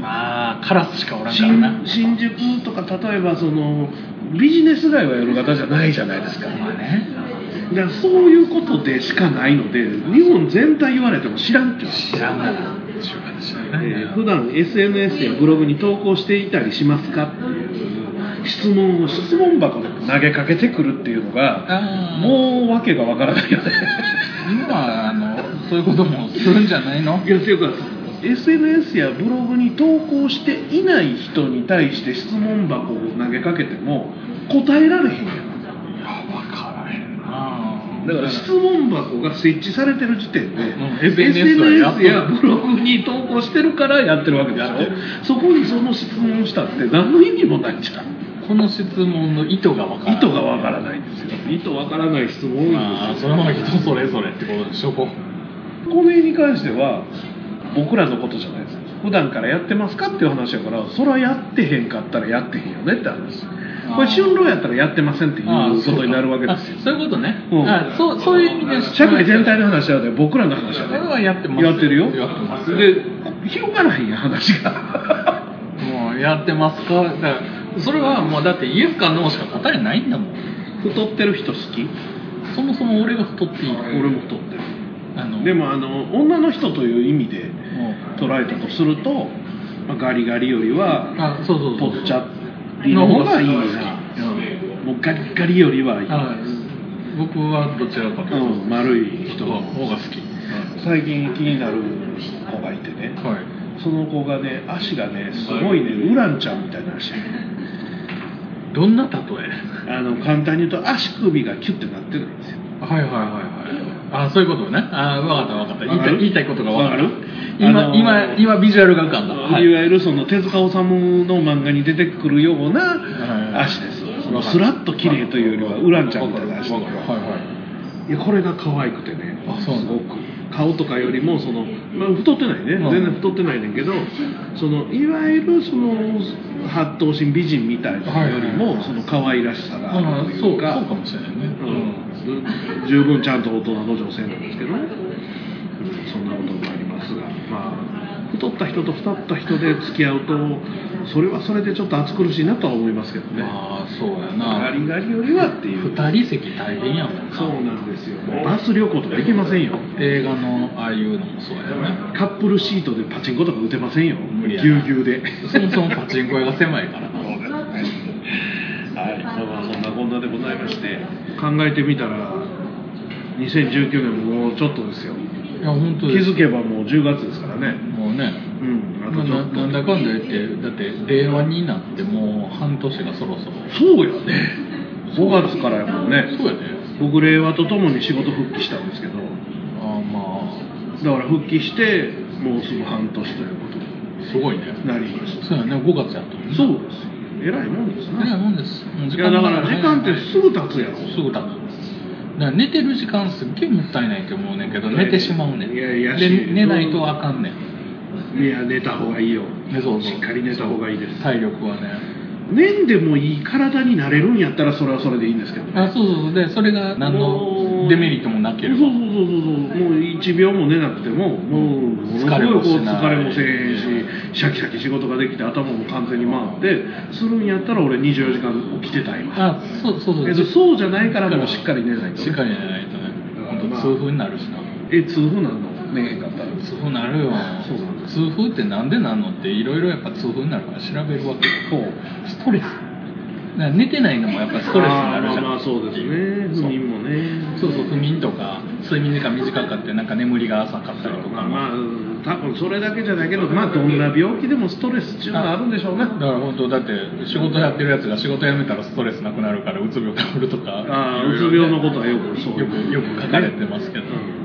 S2: まあカラスしかおらんから
S1: 新
S2: な
S1: 新宿とか例えばそのビジネス街は夜型じゃないじゃないですかだ
S2: まあね
S1: からそういうことでしかないので日本全体言われても知らんっていう
S2: 知らんな知らん知ら
S1: え
S2: ん
S1: ー普段 SNS やブログに投稿していたりしますかっていう質問を質問箱で投げかけてくるっていうのが
S2: あー
S1: もう訳がわからないよね
S2: 今あのそういうこともするんじゃないの
S1: いやっていうか SNS やブログに投稿していない人に対して質問箱を投げかけても答えられへんやん
S2: 分からへんな
S1: だから質問箱が設置されてる時点で、
S2: ん
S1: SNS
S2: SNS はやっとる
S1: やブログに投稿してるからやってるわけでし
S2: やってる
S1: ょそこにその質問したって何の意味もないじゃん
S2: この質問の意図が分から
S1: 意図がわからないんですよ意図わからない質問多
S2: ま
S1: い
S2: あ
S1: んです
S2: そ
S1: よ
S2: れは人それぞれってことでしょこ
S1: この絵に関しては僕らのことじゃないです普段からやってますかっていう話やからそれはやってへんかったらやってへんよねって話これ春郎やったらやってませんっていうことになるわけですよ
S2: そういうことね、
S1: うん
S2: あそうそういう意味で
S1: 社会全体
S2: の
S1: の話じゃなくて僕らの話じゃ
S2: そ
S1: な
S2: れ
S1: い
S2: はやってます
S1: やってるよ
S2: やってます
S1: で広がらへんや話が
S2: もうやってますかだからそれはもうだってイエスかノーしか答えないんだもん
S1: 太ってる人好き
S2: そもそも俺が太っていい
S1: 俺も太ってる
S2: あの
S1: でもあの女の人という意味で
S2: もう
S1: 捉えたとすると、まあ、ガリガリよりは
S2: あそうそう
S1: ぽ
S2: そう
S1: っちゃりの方がいいな
S2: うん
S1: もうガリガリよりはいい、
S2: あ僕はどちらかといううと、
S1: ん、丸い人
S2: 人の方が好き、
S1: 最近気になる子がいてね
S2: はい
S1: その子がね足がねすごいねウランちゃんみたいな足
S2: どんな例え
S1: あの簡単に言うと足首がキュッてなってないんですよ
S2: はいはいはいはいあそういうことねあ分かった分かっ
S1: わ
S2: た言いた
S1: かる
S2: い言いたいことが分かる
S1: わかる
S2: 今、
S1: あのー、
S2: 今今ビジュアルが浮かんだ、はいい、
S1: わゆるその手塚治虫の漫画に出てくるような足です、そのスラッと綺麗というよりはウランちゃんみたいな足
S2: 分かる分かるはいはい
S1: いやこれが可愛くてね
S2: あ
S1: す
S2: そうなんだ
S1: ごく顔とかよりもその、まあ、太ってないね
S2: うん
S1: 全然太ってないねんけどそのいわゆるその八頭身美人みたいなのより
S2: はいはい
S1: も
S2: はい
S1: その可愛らしさがあ
S2: あ
S1: ると
S2: そうそ
S1: いううか
S2: かもしれないね、
S1: うん十分ちゃんと大人の女性なんですけどね、うんそんなこともありますが、まあ、太った人と太った人で付き合うとそれはそれでちょっと暑苦しいなとは思いますけどね、
S2: まあそうや
S1: ガ
S2: な
S1: リガリよりはっていう
S2: 二人席大変やもんな
S1: そうなんですよもうバス旅行とか行けませんよ
S2: 映画のああいうのもそうやね
S1: カップルシートでパチンコとか打てませんよ
S2: 無
S1: ぎ
S2: 理
S1: ゅう
S2: や
S1: ぎ
S2: な
S1: ゅうで
S2: そもそもパチンコ屋が狭いからな
S1: はい、まあまあそんなこんなでございまして考えてみたら2019年ももうちょっとですよ
S2: いや本当
S1: 気
S2: です
S1: づけばもう10月ですからね
S2: もうね
S1: うん、あ
S2: な
S1: とちょ
S2: な
S1: っと
S2: んだかんだ言ってだって令和になってもう半年がそろそろ
S1: そうやね5月からやもんね
S2: そうやね
S1: 僕令和とともに仕事復帰したんですけど
S2: ああまあ
S1: だから復帰してもうすぐ半年ということに
S2: すごいね
S1: なりました
S2: そうやね5月やったもんね
S1: そうですよ偉いもんです
S2: ね
S1: な
S2: もんですもう
S1: いやだから時間ってすぐ経つやろ
S2: すぐ経つから寝てる時間すっげえもったいないって思うねんけど寝てしまうねん
S1: いやいや
S2: で
S1: し
S2: 寝ないとあかんねん
S1: いや寝た方がいいよ
S2: ねそうそう
S1: しっかり寝た方がいいです
S2: 体力はね
S1: 年でもいい体になれるんやったらそれはそれでいいんですけどね
S2: あそうそうそうでそれが何
S1: も
S2: の
S1: う
S2: デメリットもなければ
S1: そうそうそうそうそうもう1秒も寝なくてももうものすごいこう疲れもせえへんしシャキシャキ仕事ができて頭も完全に回ってするんやったら俺24時間起きてた今
S2: あそうそうそう
S1: えっとそうじゃないからもうしっかり寝ないと
S2: しっかり寝ないとね
S1: うん
S2: 本当痛風になるしな
S1: え痛風なんの寝へんかったら
S2: 痛風なるよ
S1: そうなんです
S2: 痛風ってなんでなんのっていろいろやっぱ痛風になるから調べるわけよストレスだから寝てないのもやっぱストレスになるじゃん
S1: あーまあまあそうですね
S2: そう
S1: 不眠もね
S2: そうそう不眠とか睡眠時間短かってなんか眠りが浅かったりと
S1: ま
S2: か
S1: あまあ多分それだけじゃないけどまあどんな病気でもストレスっていうのはあるんでしょうね
S2: だから本当だって仕事やってるやつが仕事辞めたらストレスなくなるからうつ病かぶるとか
S1: ああう
S2: い
S1: つ
S2: ろいろ
S1: 病
S2: ね
S1: のことはよくそう
S2: よくよく書かれてますけど、まあ
S1: うん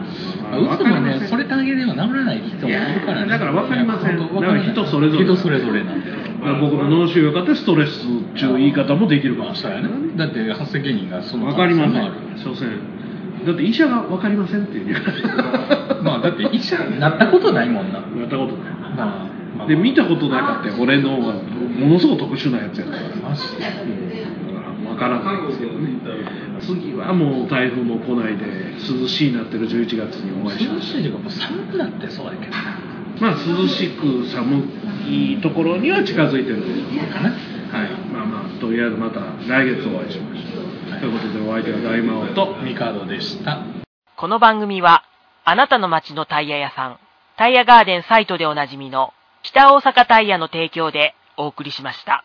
S2: うつもねそ
S1: わかりません
S2: れだけでは治らない人もいるから
S1: い
S2: ね
S1: やだからわかりません
S2: 本当わらない
S1: だから人それぞれ
S2: 人それぞれなんで
S1: まあ僕の脳腫瘍型ストレスっていう言い方もできるかもし
S2: そ
S1: れ
S2: う
S1: な
S2: や
S1: い
S2: ねだって発生原因がその
S1: わかりませ
S2: 可能性も
S1: ん所詮だって医者がわかりませんって言う
S2: あるまあだって医者になったことないもんな
S1: やったことない
S2: まあ、まあ、
S1: で見たことなかったよ俺のはものすごく特殊なやつやったから
S2: マジで
S1: わからないですけどね次はもう台風も来ないで涼しいなってる11月にお会いしま
S2: 涼
S1: し
S2: しいというかもう寒くなってそうやけどな
S1: たまあ涼しく寒いところには近づいてるでしょうねはいまあまあとりあえずまた来月お会いしましょう、ということでお相手は大魔王と
S2: ミカドでした
S8: この番組は、あなたの街のタイヤ屋さん、タイヤガーデンサイトでおなじみの、北大阪タイヤの提供でお送りしました。